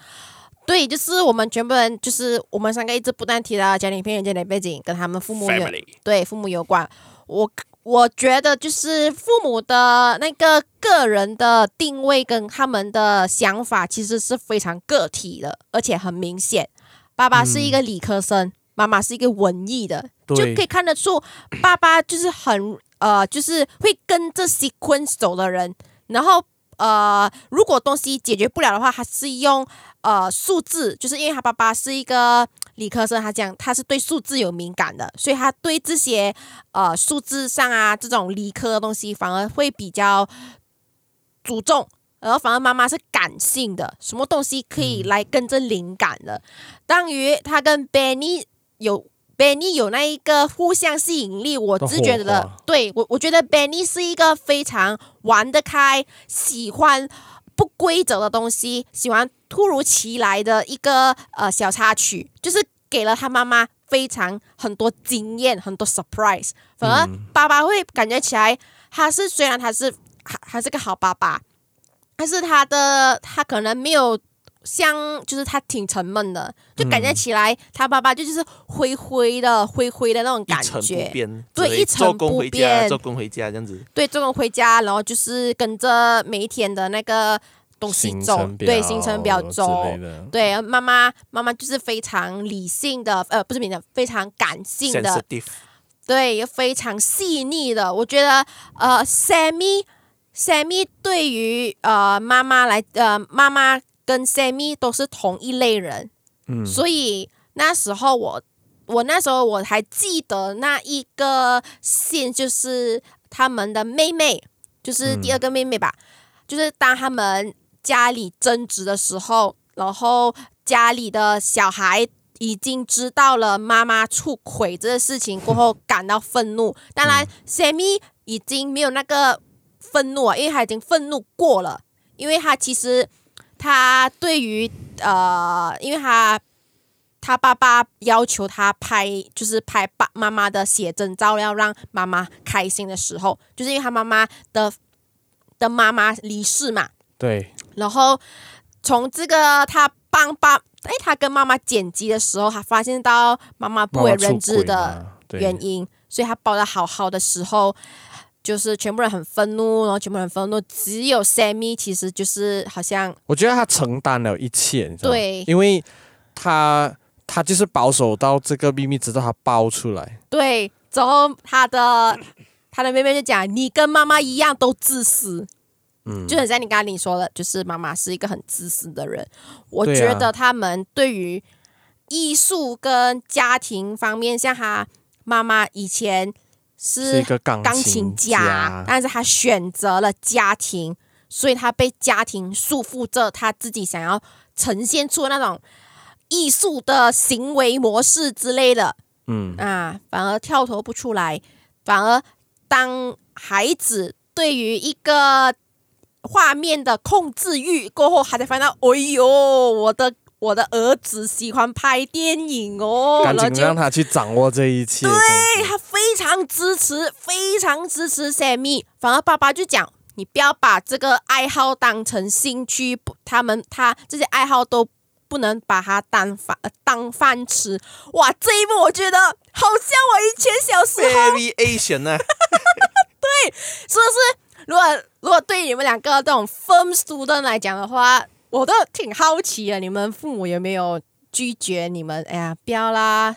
对，就是我们全部人，就是我们三个一直不断提到家庭片、家庭背景跟他们父母有 Family 对父母有关。我我觉得就是父母的那个个人的定位跟他们的想法其实是非常个体的，而且很明显。爸爸是一个理科生，妈妈是一个文艺的，就对可以看得出爸爸就是很呃，就是会跟着 sequence 走的人。然后呃，如果东西解决不了的话，他是用呃数字，就是因为他爸爸是一个理科生，他讲他是对数字有敏感的，所以他对这些呃数字上啊这种理科的东西反而会比较注重。然后反而妈妈是感性的，什么东西可以来跟着灵感的。当于他跟 Benny 有 Benny 有那一个互相吸引力，我的只觉火得花对我，我觉得 Benny 是一个非常玩得开、喜欢不规则的东西，喜欢突如其来的一个呃小插曲，就是给了他妈妈非常很多经验，很多 surprise。反而爸爸会感觉起来，他是虽然他是还还是个好爸爸，但是他的他可能没有像就是他挺沉闷的，就感觉起来他爸爸就就是灰灰的灰灰的那种一感成不觉。变，对之类一成做工回不家，变做工回家这样子，对，这种回家，然后就是跟着每一天的那个东西行走程，表对，行程表之走类。的。对，妈妈妈妈就是非常理性的，呃，不是理性的，非常感性的， sensitive，对，也非常细腻的。我觉得，呃，Sammy Sammy 对于呃妈妈来，呃妈妈跟 Sammy 都是同一类人，嗯所以那时候我，我那时候我还记得那一个线，就是他们的妹妹，就是第二个妹妹吧，就是当他们家里争执的时候，然后家里的小孩。已经知道了妈妈出轨这个事情过后，感到愤怒。当然，Sammy 已经没有那个愤怒啊，因为他已经愤怒过了。因为他其实他对于呃，因为他他爸爸要求他拍，就是拍爸妈妈的写真照，要让妈妈开心的时候，就是因为他妈妈的的妈妈离世嘛，对，然后从这个他帮爸，哎，他跟妈妈剪辑的时候，他发现到妈妈不妈为妈人出知轨的嘛原对，因，所以他包的好好的时候，就是全部人很愤怒，然后全部人很愤怒，只有 Sammy 其实就是好像我觉得他承担了一切，你知道吗对因为他他就是保守到这个秘密，直到他爆出来。对，之后他的他的妹妹就讲，你跟妈妈一样都自私。嗯就很像你刚才你说的，就是妈妈是一个很自私的人。我对啊觉得他们对于艺术跟家庭方面，像他妈妈以前是是一个钢钢琴琴家，但是他选择了家庭，所以他被家庭束缚着，他自己想要呈现出那种艺术的行为模式之类的。嗯，啊，反而跳脱不出来，反而当孩子对于一个画面的控制欲过后，还在发现到，哎呦，我的我的儿子喜欢拍电影哦，赶然后紧让就他去掌握这一切。对，他非常支持，非常支持 Sammy，反而爸爸就讲。你不要把这个爱好当成兴趣，不，他们他这些爱好都不能把它当饭呃当饭吃。哇，这一幕我觉得好像我以前小时候 very Asian 啊， 是不是？如果如果对你们两个这种 firm student 来讲的话，我都挺好奇的，你们父母有没有拒绝你们？哎呀，不要啦，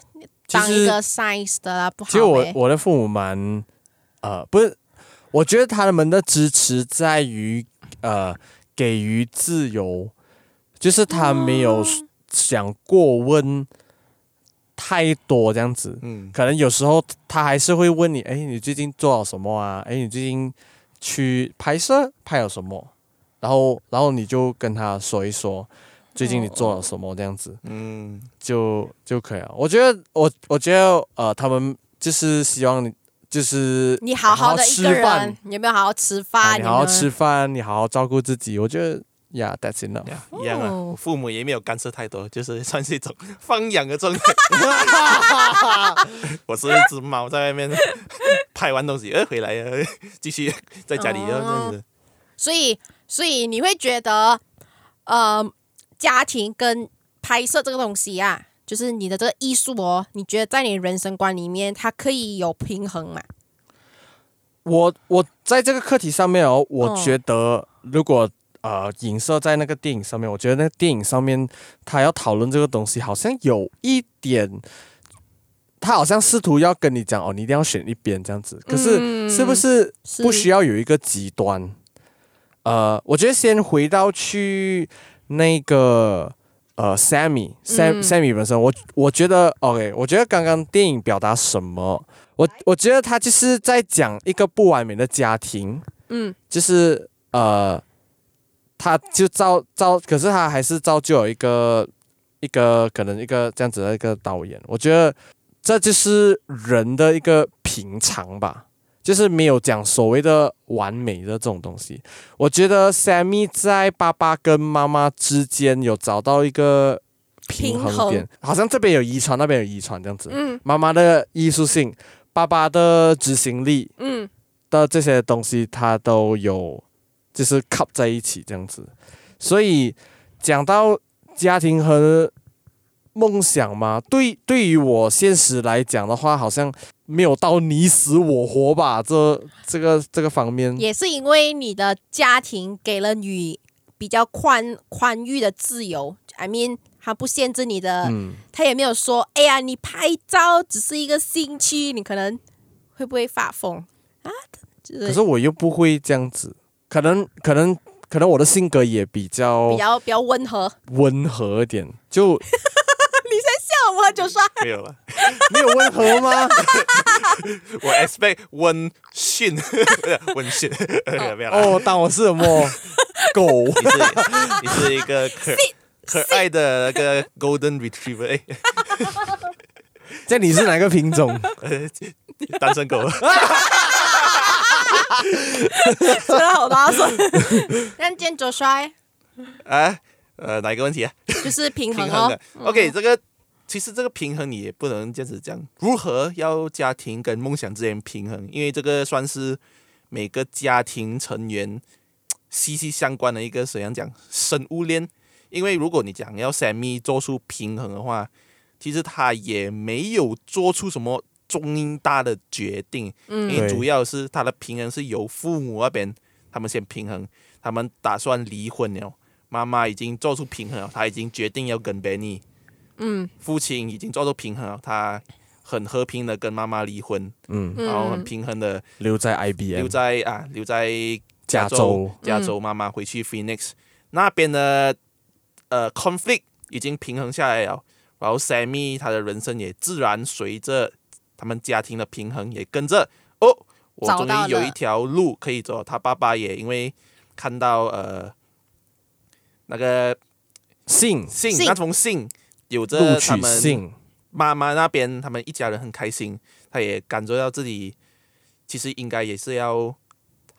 其当一实个 science 的啦，不好、其实我欸。我的父母蛮呃，不是，我觉得他们的支持在于呃给予自由，就是他没有想过问太多这样子。嗯，可能有时候他还是会问你，哎，你最近做了什么啊？哎，你最近去拍摄拍了什么？然后，然后你就跟他说一说，最近你做了什么这样子，嗯，就就可以了。我觉得，我我觉得，呃，他们就是希望你，就是你好好的一个吃饭人，，有没有好好吃啊饭？你好好们吃饭，你好好照顾自己。我觉得呀、yeah,，that's enough。哦一样啊，我父母也没有干涉太多，就是算是一种放养的状态。 我是一只猫在外面 拍完东西，呃，回来呃， 继续在家哦里，然后这样子。所以，所以你会觉得，呃，家庭跟拍摄这个东西啊，就是你的这个艺术哦，你觉得在你人生观里面，它可以有平衡嘛？我我在这个课题上面哦，我嗯觉得如果、呃影射在那个电影上面，我觉得那个电影上面他要讨论这个东西，好像有一点，他好像试图要跟你讲哦，你一定要选一边这样子。可是、嗯是不是是不需要有一个极端？呃，我觉得先回到去那个呃 Sammy Sam、嗯 Sammy 本身，我我觉得 OK，我觉得刚刚电影表达什么，我我觉得他就是在讲一个不完美的家庭，嗯就是呃，他就造造，可是他还是造就有一个一个可能一个这样子的一个导演，我觉得这就是人的一个平常吧，就是没有讲所谓的完美的这种东西。我觉得 Sammy 在爸爸跟妈妈之间有找到一个平衡点，平好像这边有遗传，那边有遗传这样子。嗯妈妈的艺术性，爸爸的执行力，嗯，的这些东西，它都有就是 cup 在一起这样子。所以讲到家庭和梦想嘛，对对于我现实来讲的话，好像没有到你死我活吧，这这个这个方面。也是因为你的家庭给了你比较宽宽裕的自由，I mean，它不限制你的，嗯，他也没有说，哎呀，你拍照只是一个兴趣，你可能会不会发疯啊？就可是我又不会这样子，可能可能可能我的性格也比较比较比较温和。温和一点，就像我就说，没有了。啊没有温和 吗？我 expect 温 驯，温驯，呃没有啦。哦，当我是什么狗？你是你是一 个可可爱的那个 golden retriever，哎这你是哪个品种？呃， 单身狗。真的好拉手。 但见卓衰啊，呃，哪一个问题啊？就是平衡平衡哦的，。OK，这个其实这个平衡你也不能这样子讲，如何要家庭跟梦想之间平衡？因为这个算是每个家庭成员息息相关的一个怎样讲生物链。因为如果你讲要 Sammy 做出平衡的话，其实他也没有做出什么重大的决定，嗯因为对主要是他的平衡是由父母那边他们先平衡，他们打算离婚了，妈妈已经做出平衡了，她已经决定要跟 Benny，嗯父亲已经做出平衡了，他很和平的跟妈妈离婚，嗯，然后很嗯，平衡的 留在留 IBM 在啊留在加州，加州妈妈回去 Phoenix、那边的呃 conflict 已经平衡下来了，然后 Sammy 他的人生也自然随着他们家庭的平衡也跟着哦，我找终到于有了一条路可以走。他爸爸也因为看到呃那个信信信那封信有录着他取们信，妈妈那边，他们一家人很开心，他也感觉到自己其实应该也是要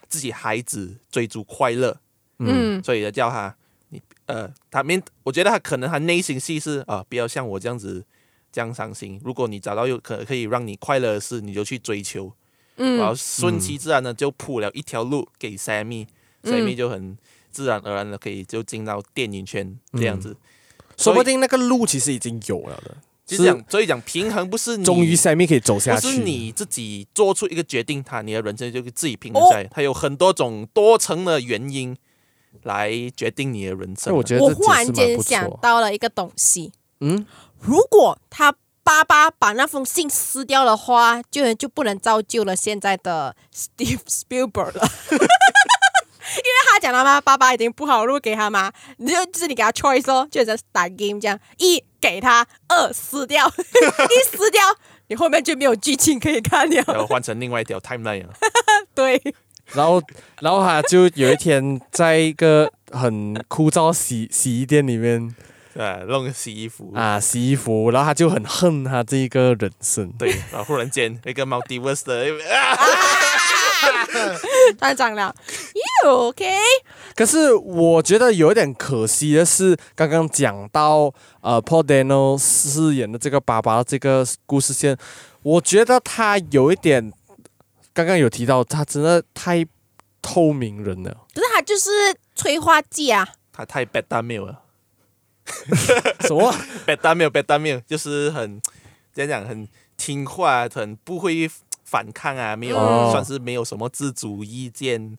自己孩子追逐快乐，嗯，嗯所以就叫他你呃，他面我觉得他可能他内心戏是啊、不要像我这样子这样伤心。如果你找到有可可以让你快乐的事，你就去追求，然后嗯顺其自然的就铺了一条路给 Sammy，Sammy、Sammy 就很自然而然的可以就进到电影圈这样嗯子。说不定那个路其实已经有了的，其实讲，所以讲平衡不是你终于 Sammy 可以走下不去，是你自己做出一个决定，他你的人生就自己平衡哦下来。它有很多种多层的原因来决定你的人所以生。啊哎我觉得我这忽解释然蛮间不想错，到了一个东西，嗯，如果他爸爸把那封信撕掉的话，就就不能造就了现在的 Steve Spielberg 了。因为他讲了嘛，爸爸已经铺好路给他嘛，你就就是你给他 choice 哦，就像打 game 这样，一给他，二撕掉， 一撕掉，你后面就没有剧情可以看了。然后换成另外一条 timeline 啊了。对，然后然后他就有一天在一个很枯燥洗 洗衣店里面呃，弄洗衣服，啊洗衣服，然后他就很恨他这一个人生，对，然后忽然间那个 multiverse 的，啊团长了，You OK？可是我觉得有一点可惜的是，刚刚讲到呃，Paul Dano 饰演的这个爸爸这个故事线，我觉得他有一点，刚刚有提到他真的太透明人了，可是他就是催化剂啊，他太 bad 大 meal 了 什 么？ ，bad 大 meal，bad 大 meal，就是很怎样讲，很听话，很不会反抗啊，没有、哦算是没有什么自主意见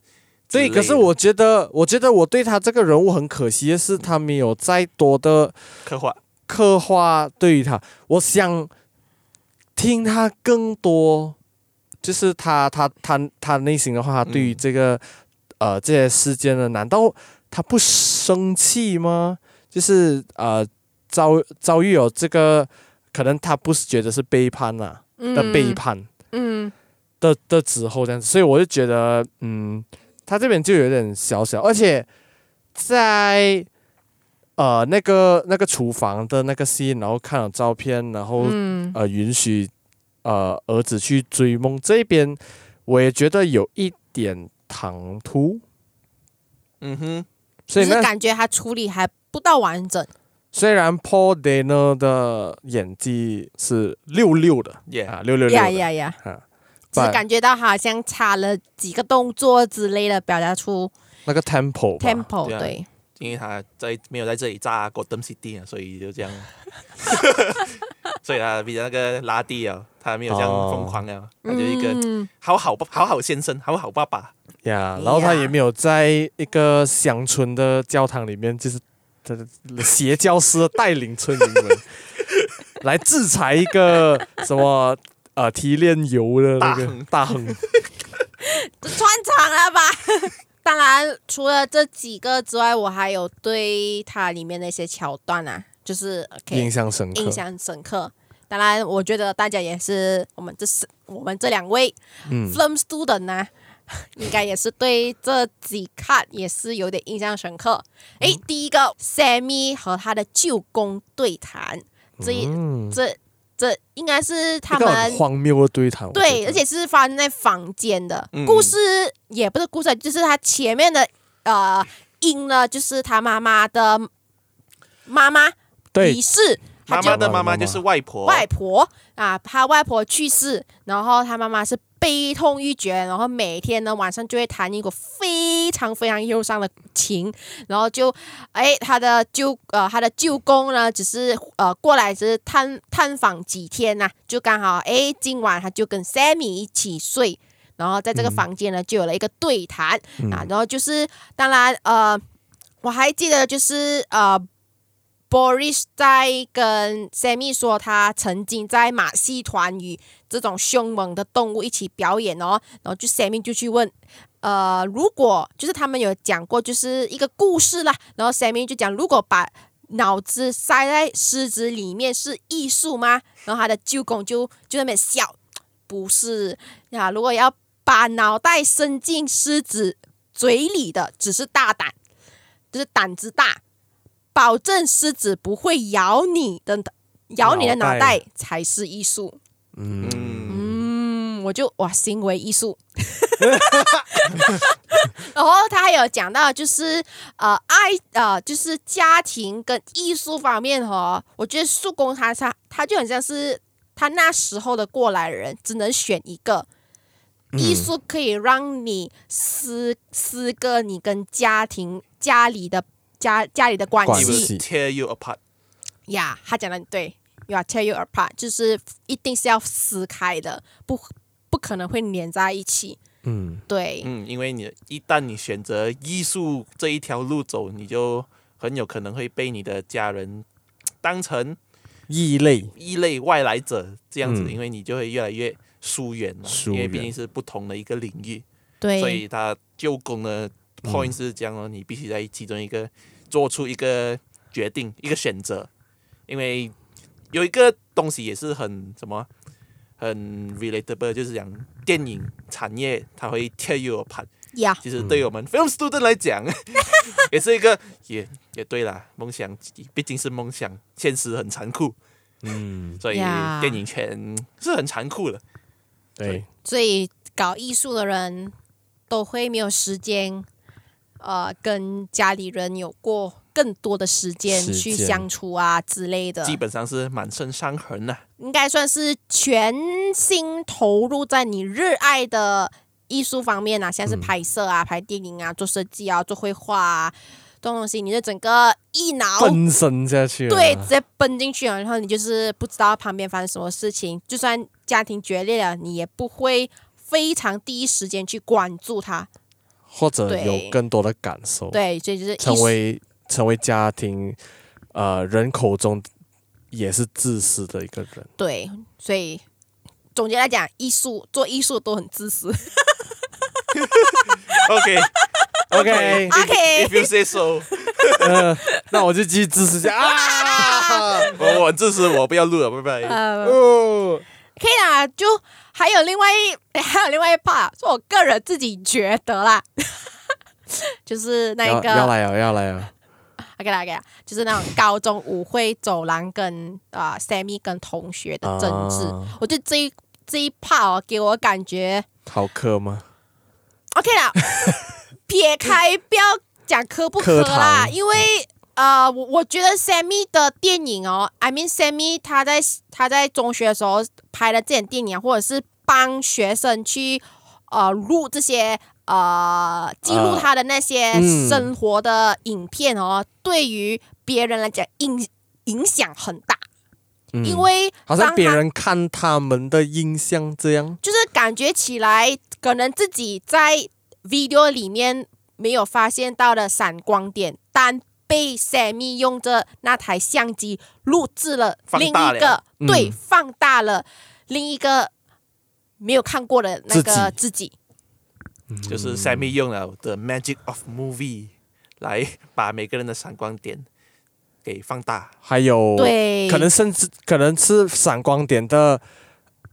之对，类的。可是我觉得，我觉得我对他这个人物很可惜的是，他没有再多的刻画刻画对于他，我想听他更多，就是他他他他内心的话，他对于这个、嗯呃这些事件呢，难道他不生气吗？就是呃遭遭遇有这个，可能他不是觉得是背叛啊啦、的背叛，嗯，的的时候这样子，所以我就觉得，嗯，他这边就有点小小，而且在呃那个那个厨房的那个戏，然后看了照片，然后、嗯呃允许呃儿子去追梦这边，我也觉得有一点唐突，嗯哼，所就以是那感觉他处理还不到完整，虽然 Paul Dano 的演技是六六的 Yeah 啊，六六六呀的呀呀啊，只但感觉到好像差了几个动作之类的，表达出那个 tempo 吧 tempo 对啊对。因为他在没有在这里炸 Gotham City 啊，所以就 这样，所以他比那个拉蒂啊，他没有这样哦疯狂啊，他就一个嗯好好爸好好先生，好好爸爸。呀然后他也呀没有在一个乡村的教堂里面，就是他的邪教师的带领村民 们来制裁一个什么呃提炼油的那大个亨大亨。这穿场了吧？ 当然，除了这几个之外，我还有对它里面的一些桥段啊，就是印 OK 象深刻印。象深刻。当然，我觉得大家也是我们这是我们这两位嗯 film student 呢、应该也是对这几看也是有点印象深刻。诶，嗯第一个 Sammy 和他的舅公对谈，这一、嗯，这这应该是他一个很们荒谬的对谈。我觉对，得而且是发生在房间的、嗯故事，也不是故事，就是他前面的呃，因了就是他妈妈的妈妈对离世，他妈就妈的妈妈就是外婆，外婆啊，他外婆去世，然后他妈妈是悲痛欲绝，然后每天呢晚上就会弹一个非常非常忧伤的琴，然后就哎他的舅呃他的舅公呢只是呃过来只是探探访几天呐、就刚好哎今晚他就跟 Sammy 一起睡。然后在这个房间呢，就有了一个对谈、啊，然后就是当然呃，我还记得就是呃 Boris 在跟 Sammy 说，他曾经在马戏团与这种凶猛的动物一起表演哦，然后就 Sammy 就去问，呃，如果就是他们有讲过，就是一个故事啦，然后 Sammy 就讲，如果把脑子塞在狮子里面是艺术吗？然后他的舅公就就在那边笑，不是呀，如果要把脑袋伸进狮子嘴里的，只是大胆，就是胆子大。保证狮子不会咬你的咬你的脑脑袋袋才是艺术。嗯，嗯，嗯，我就哇，行为艺术。嗯 然后他还有讲到，就是呃爱呃，就是家庭跟艺术方面哦，我觉得叔公他他他就很像是他那时候的过来人，只能选一个。嗯艺术可以让你撕撕割你跟家庭家里的家家里的关关 He 系 will tear you apart。呀他讲的很对，you are tear you apart，就是一定是要撕开的，不不可能会粘在一起。嗯，对，嗯，因为你一旦你选择艺术这一条路走，你就很有可能会被你的家人当成异类。异类外来者这样子，嗯因为你就会越来越疏远了，疏因为远毕竟是不同的一个领域，对，所以他舅公的 point 是这样哦，你必须在其中一个做出一个决定，一个选择，因为有一个东西也是很什么。很 relatable，就是讲电影产业它会 tear you apart，呀其实对我们 film student 来讲， 也是一个也也对啦，梦想毕竟是梦想，现实很残酷，嗯，所以呀电影圈是很残酷的。对，所以搞艺术的人都会没有时间，呃，跟家里人有过更多的时间时去间相处啊之类的，基本上是满身伤痕呐、 应该算是全心投入在你热爱的艺术方面啊，像是拍摄啊、拍电影啊、做设计啊、做绘画啊，这种东西，你的整个一脑奔身下去啊了。对直接奔进去了，然后你就是不知道旁边发生什么事情，就算家庭决裂了，你也不会非常第一时间去关注它。或者对有更多的感受，对，所以就是艺术哦成为成为家庭呃人口中也是自私的一个 人。对，所以总结来 讲，艺术做艺术都很自私。 OK， OK， OK， If you say so，呃， 那我就继续支持一下 啊。我我支持我不要录了，拜拜。呃，哦，可以啦，就还有另外一还有另外一 part，是我个人自己觉得啦， 就是那要一要个来哦，要来哦。 OK 啦 OK 啦，就是那种高中舞会走廊跟啊、Sammy 跟同学的争执，啊我觉得这一这一 part 哦，给我感觉逃课吗？ OK 啦，撇开不要讲磕不磕磕啦，糖因为呃，我我觉得 Sammy 的电影哦，I mean Sammy 他在他在中学的时候拍的这点电影啊，或者是帮学生去呃录这些呃记录呃他的那些嗯生活的影片哦，对于别人来讲影影响很大，嗯因为好像让别他人看他们的印象这样。就是感觉起来，可能自己在 video 里面没有发现到的闪光点，但被 Sammy 用着那台相机录制了放另大一个了，嗯对，放大了另一个没有看过的那个自己。就是 Sammy 用了 The Magic of Movie 来把每个人的闪光点给放大。还哦有，对，可能甚至可能是闪光点的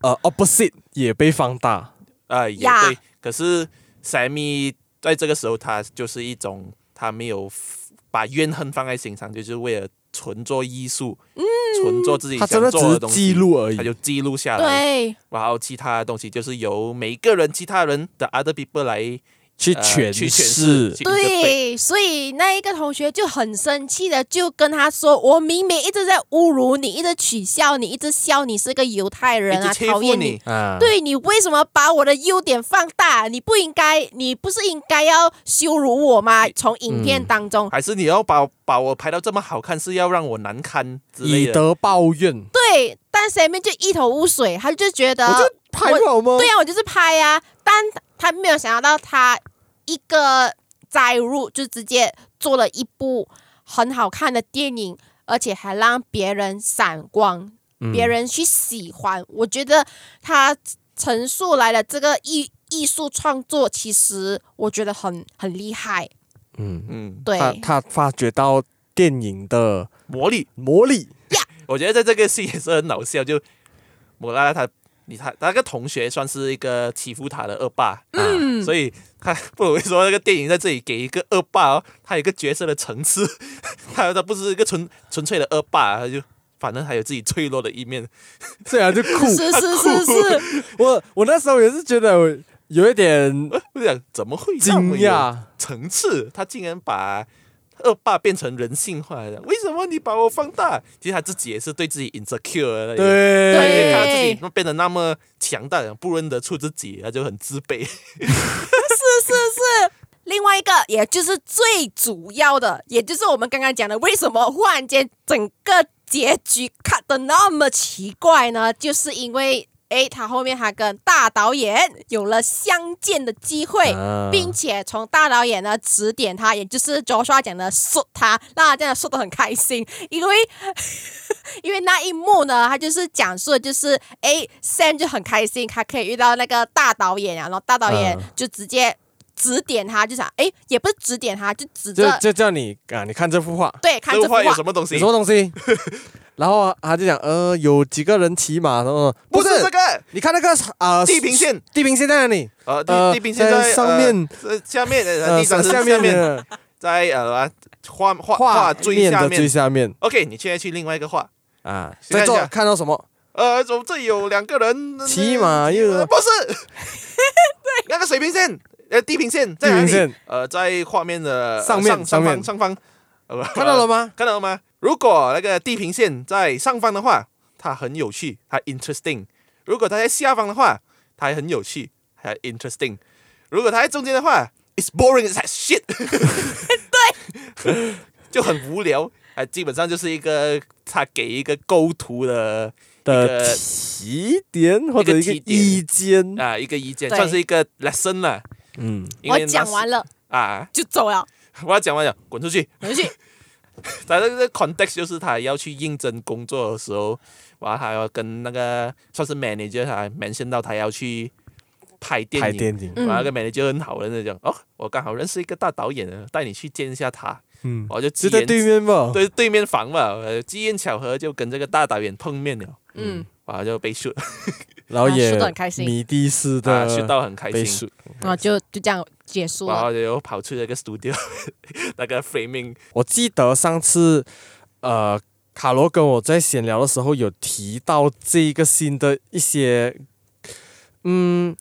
呃 opposite 也被放大。啊，也呀对。可是 Sammy 在这个时候，他就是一种他没有 f- 把怨恨放在心上，就是为了纯做艺术，嗯纯做自己他真想的只做是东西，记录而他已。就记录下来。对然后其他的东西就是由每一个人、其他人的 other people 来去呃诠去释诠释。去 interpret 对，所以那一个同学就很生气的就跟他说：“我明明一直在侮辱你，一直取笑你，一直笑你是个犹太人一啊，直欺讨负厌你。”你。啊，对你为什么把我的优点放大？你不应该，你不是应该要羞辱我吗？从影片嗯当中，还是你要把把我拍到这么好看，是要让我难堪之类以的？德报怨。对，但 Sammy 就一头雾水，他就觉得我就拍不好吗？对呀、啊我就是拍呀、但他没有想象到他一个载入就直接做了一部很好看的电影，而且还让别人闪光，嗯别人去喜欢。我觉得他陈述来的这个艺艺术创作，其实我觉得很很厉害。嗯，嗯，对，他他发掘到电影的魔力。魔力。我觉得在这个戏也是很搞笑，就莫拉拉他你他他那个同学算是一个欺负他的恶霸，嗯，所以他不如说那个电影在这里给一个恶霸、哦，他有一个角色的层次， 他他不是一个纯纯粹的恶霸，他就反正还有自己脆弱的一面， 这样就酷。是是是是， 我我那时候也是觉得我有一点 我想怎么会惊讶，层次？他竟然把。恶霸变成人性化了，为什么你把我放大？其实他自己也是对自己 insecure 的那一面他对也看到自己变得那么强大，不认得出自己，他就很自卑。另外一个也就是最主要的，也就是我们刚刚讲的，为什么忽然间整个结局看的那么奇怪呢？就是因为诶，他后面他跟大导演有了相见的机会。啊并且从大导演呢指点他，也就是 Joshua 讲的说他，让他这样说的很开心，因为 因为那一幕呢，他就是讲述的就是诶 Sam 就很开心，他可以遇到那个大导演啊，然后大导演嗯就直接指点他，就想诶，也不是指点他，就指就着就叫你啊，你看这幅画，对看这幅话画，有什么东西有什？么东 西？然后啊他就讲，呃，有几个人骑马什么？不是这个，你看那个啊，地平线，地平线在哪里？呃，地呃地平线在在上呃面呃下面，呃呃，地上是下下面，的在呃画画画画最下的最面。下面 OK，你现在去另外一个画，啊，看在一下做看到什么？呃，怎么这里有两个人呃骑马又呃 不是，那个水平线，呃，地平线在哪地平里线？呃，在画面的上面上上方面上方，呃看到了吗？ 看到了吗？如果那个地平线在上方的话，它很有趣，它 interesting；如果它在下方的话，它很有趣，还 interesting；如果它在中间的话，it's boring as shit。对， 就很无聊。啊，基本上就是一个他给一个构图的的一个起点或者一个一个起点意见，啊、一个意见，嗯对算是一个 lesson 了。嗯，因我为那讲是完了啊，就走了，我要讲完了，滚出去。回去他这个 context 就是他要去应征工作的时候，然后他要跟那个算是 manager，他 mention 到他要去拍电拍影，电影，嗯然后那个 manager 很好人的讲，哦，我刚好认识一个大导演啊，带你去见一下他，嗯，我就机就在缘对面吧，对对面房嘛，呃机缘巧合就跟这个大导演碰面了，嗯，然后就被 shoot，然后啊也输得很开心迷弟式啊的 shoot 到很开被心，输。然后就就这样结束然了。后就跑去那个 studio，那个 framing，我记得上次呃，卡罗跟我在闲聊的时候有提到这一个新的一些，嗯，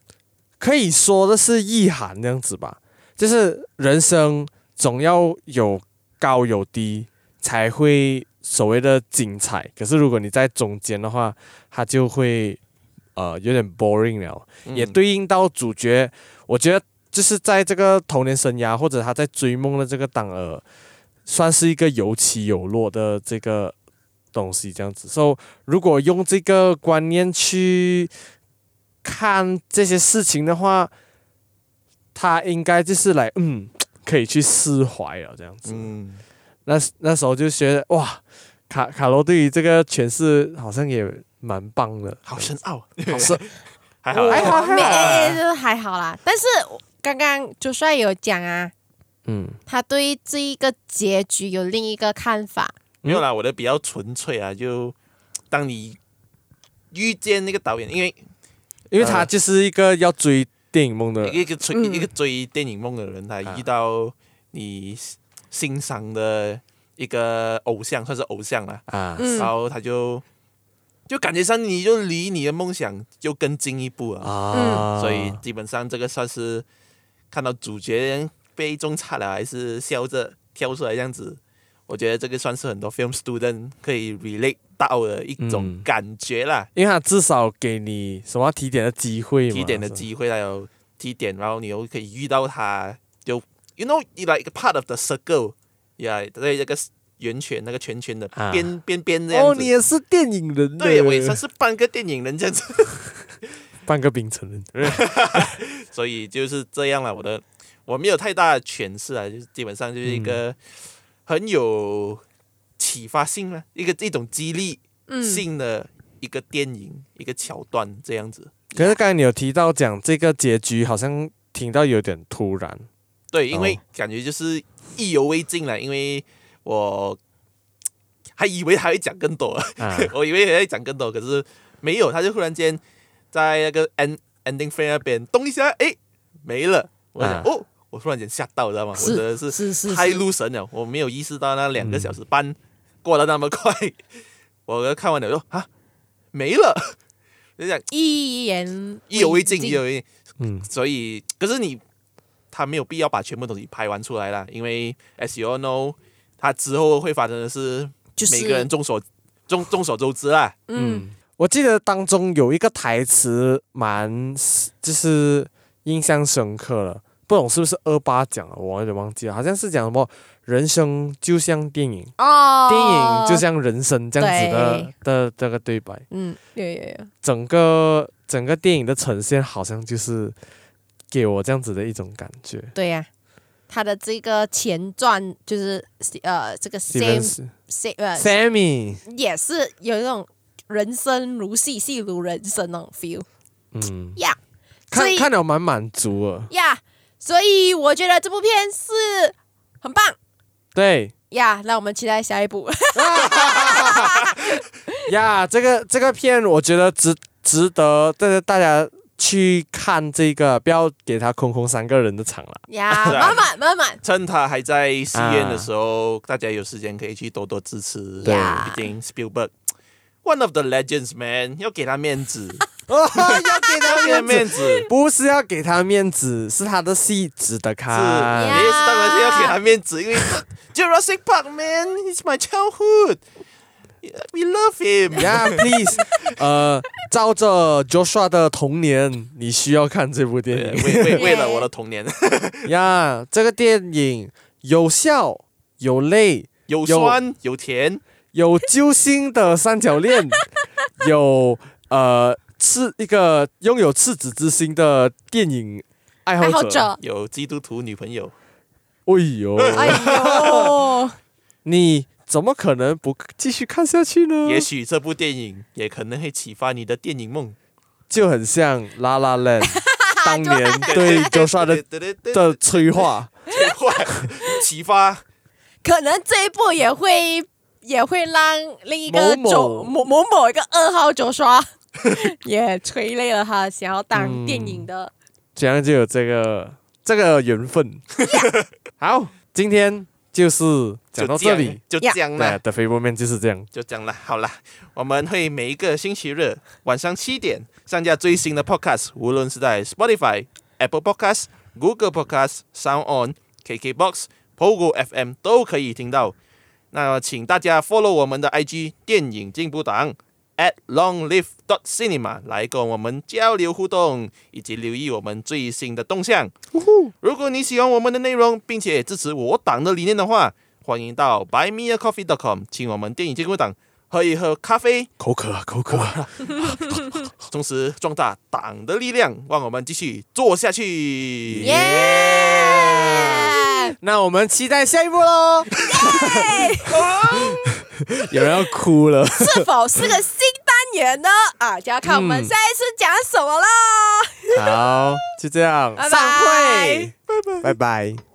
可以说的是意涵这样子吧，就是人生总要有高有低，才会所谓的精彩。可是如果你在中间的话，它就会呃有点 boring 了。嗯也，对应到主角，我觉得就是在这个童年生涯或者他在追梦的这个当儿，算是一个有起有落的这个东西，这样子。所、so, 以如果用这个观念去看这些事情的话，他应该就是来嗯，可以去释怀啊了这样子。嗯，那那时候就觉得哇，卡卡罗对于这个诠释好像也蛮棒的，好深奥，啊 好是还哦好还好没、哎哎这还好啦。但是我刚刚朱帅有讲啊，嗯。他对这一个结局有另一个看法。没有啦，我的比较纯粹啊，就当你遇见那个导演，因为因为他就是一个要追电影梦的人，一个追、嗯一个追电影梦的人，他啊遇到你欣赏的一个偶像，算是偶像啦，啊，嗯然后他就就感觉上你就离你的梦想就更进一步了，啊，所以基本上这个算是看到主角被种差了，还是笑着跳出来这样子。我觉得这个算是很多 film student 可以 relate 到的一种嗯感觉啦。因为他至少给你什么提点的机会嘛，提点的嗯是吧，机会，还有提点，然后你又可以遇到他，就 you know you like a part of the circle，yeah，在这个圆圈那个圈圈的啊边、边边这哦，样子。你也是电影人的，对，我也算是半个电影人这样子，半个冰城人，所以就是这样了。我的我没有太大的诠释啊，就是基本上就是一个很有启发性了，一个一种激励嗯，性的一个电影、一个桥段这样子。可是刚才你有提到讲这个结局好像听到有点突然，对，因为哦感觉就是意犹未尽了，因为我还以为还会讲更多， 啊我以为还会讲更多，可是没有，他就忽然间在那个 end ending frame 那边动一下，哎，没了，我想、啊哦，我突然间吓到，知道吗？我是真的是是是太是入神了，我没有意识到那两个小时半过得那么快，我看完了说啊，没了， 就讲一言意犹未尽，意犹未尽。 嗯所以可是你他没有必要把全部东西拍完出来啦，因为 as you all know，他之后会发生的是就是每个人众所众众所周知啦。嗯，我记得当中有一个台词蛮就是印象深刻了，不懂是不是二八讲了，我有点忘记了，好像是讲什么人生就像电影。哦，电影就像人生这样子的对的这个对白，嗯，有有有，整个整个电影的呈现好像就是给我这样子的一种感觉。对呀、他的这个前传就是呃，这个 same Steven same 呃 Sammy，也是有一种人生如戏，戏如人生那种 feel 嗯，呀所看以看了蛮满足了。呀，所以我觉得这部片是很棒对 呀。那我们期待下一部， 呀，这个这个片我觉得值值得大家大家去看这个，不要给他空空三个人的场 了。呀，是啊满满满满，趁他还在实验的时候，大家有时间可以去多多支持。对毕竟 Spielberg。One of the legends, man，要给他 面子，要给要给他他面面子，子，是，也是不是要给他面子，是他的戏值得看。呀当然是要给他面子，因为 Jurassic Park, man, it's my childhood, we love him， Yeah, please，呃，照着 Joshua 的童年，你需要看这部对 电为为为了 Yeah 我的童年，影呀。这个电影有笑、有泪、有酸有甜，有揪心的三角恋， 有呃赤一个拥有赤子之心的电影爱爱好好者。者，有基督徒女朋友， 哎呦，哎呦，你怎么可能不继续看下去呢？也许这部电影也可能会启发你的电影梦。 就很像《La La Land》当年对 Joshua 的的催化。对话启发，可能这一部也会也会让另一个某九某某某一个二号九刷 也催泪了他想要嗯当电影的。这样就有这个这个缘 分。好，今天就是讲到就这样里，就这样对了，的 f a b l e m a n 就是这样。嗯就这样了。好了，我们会每一个星期日晚上七点上架最新的 podcast，无论是在 Spotify、Apple Podcast、Google Podcast、Sound On、KKBox、Pogo FM 都可以听到。那请大家 follow 我们的 IG 电影进步党 at long live dot cinema 来跟我们交流互动，以及留意我们最新的动向。如果你喜欢我们的内容，并且支持我党的理念的话，欢迎到 buymeacoffee.com 请我们电影进步党喝一喝咖啡，口渴啊，口渴啊。 同时壮大党的力量，让我们继续做下去。耶、那我们期待下一步喽。 有人要哭 了。是否是个新单元呢？啊，就要看我们嗯下一次讲什么啦。好，就这样，拜拜散会，拜拜，拜拜。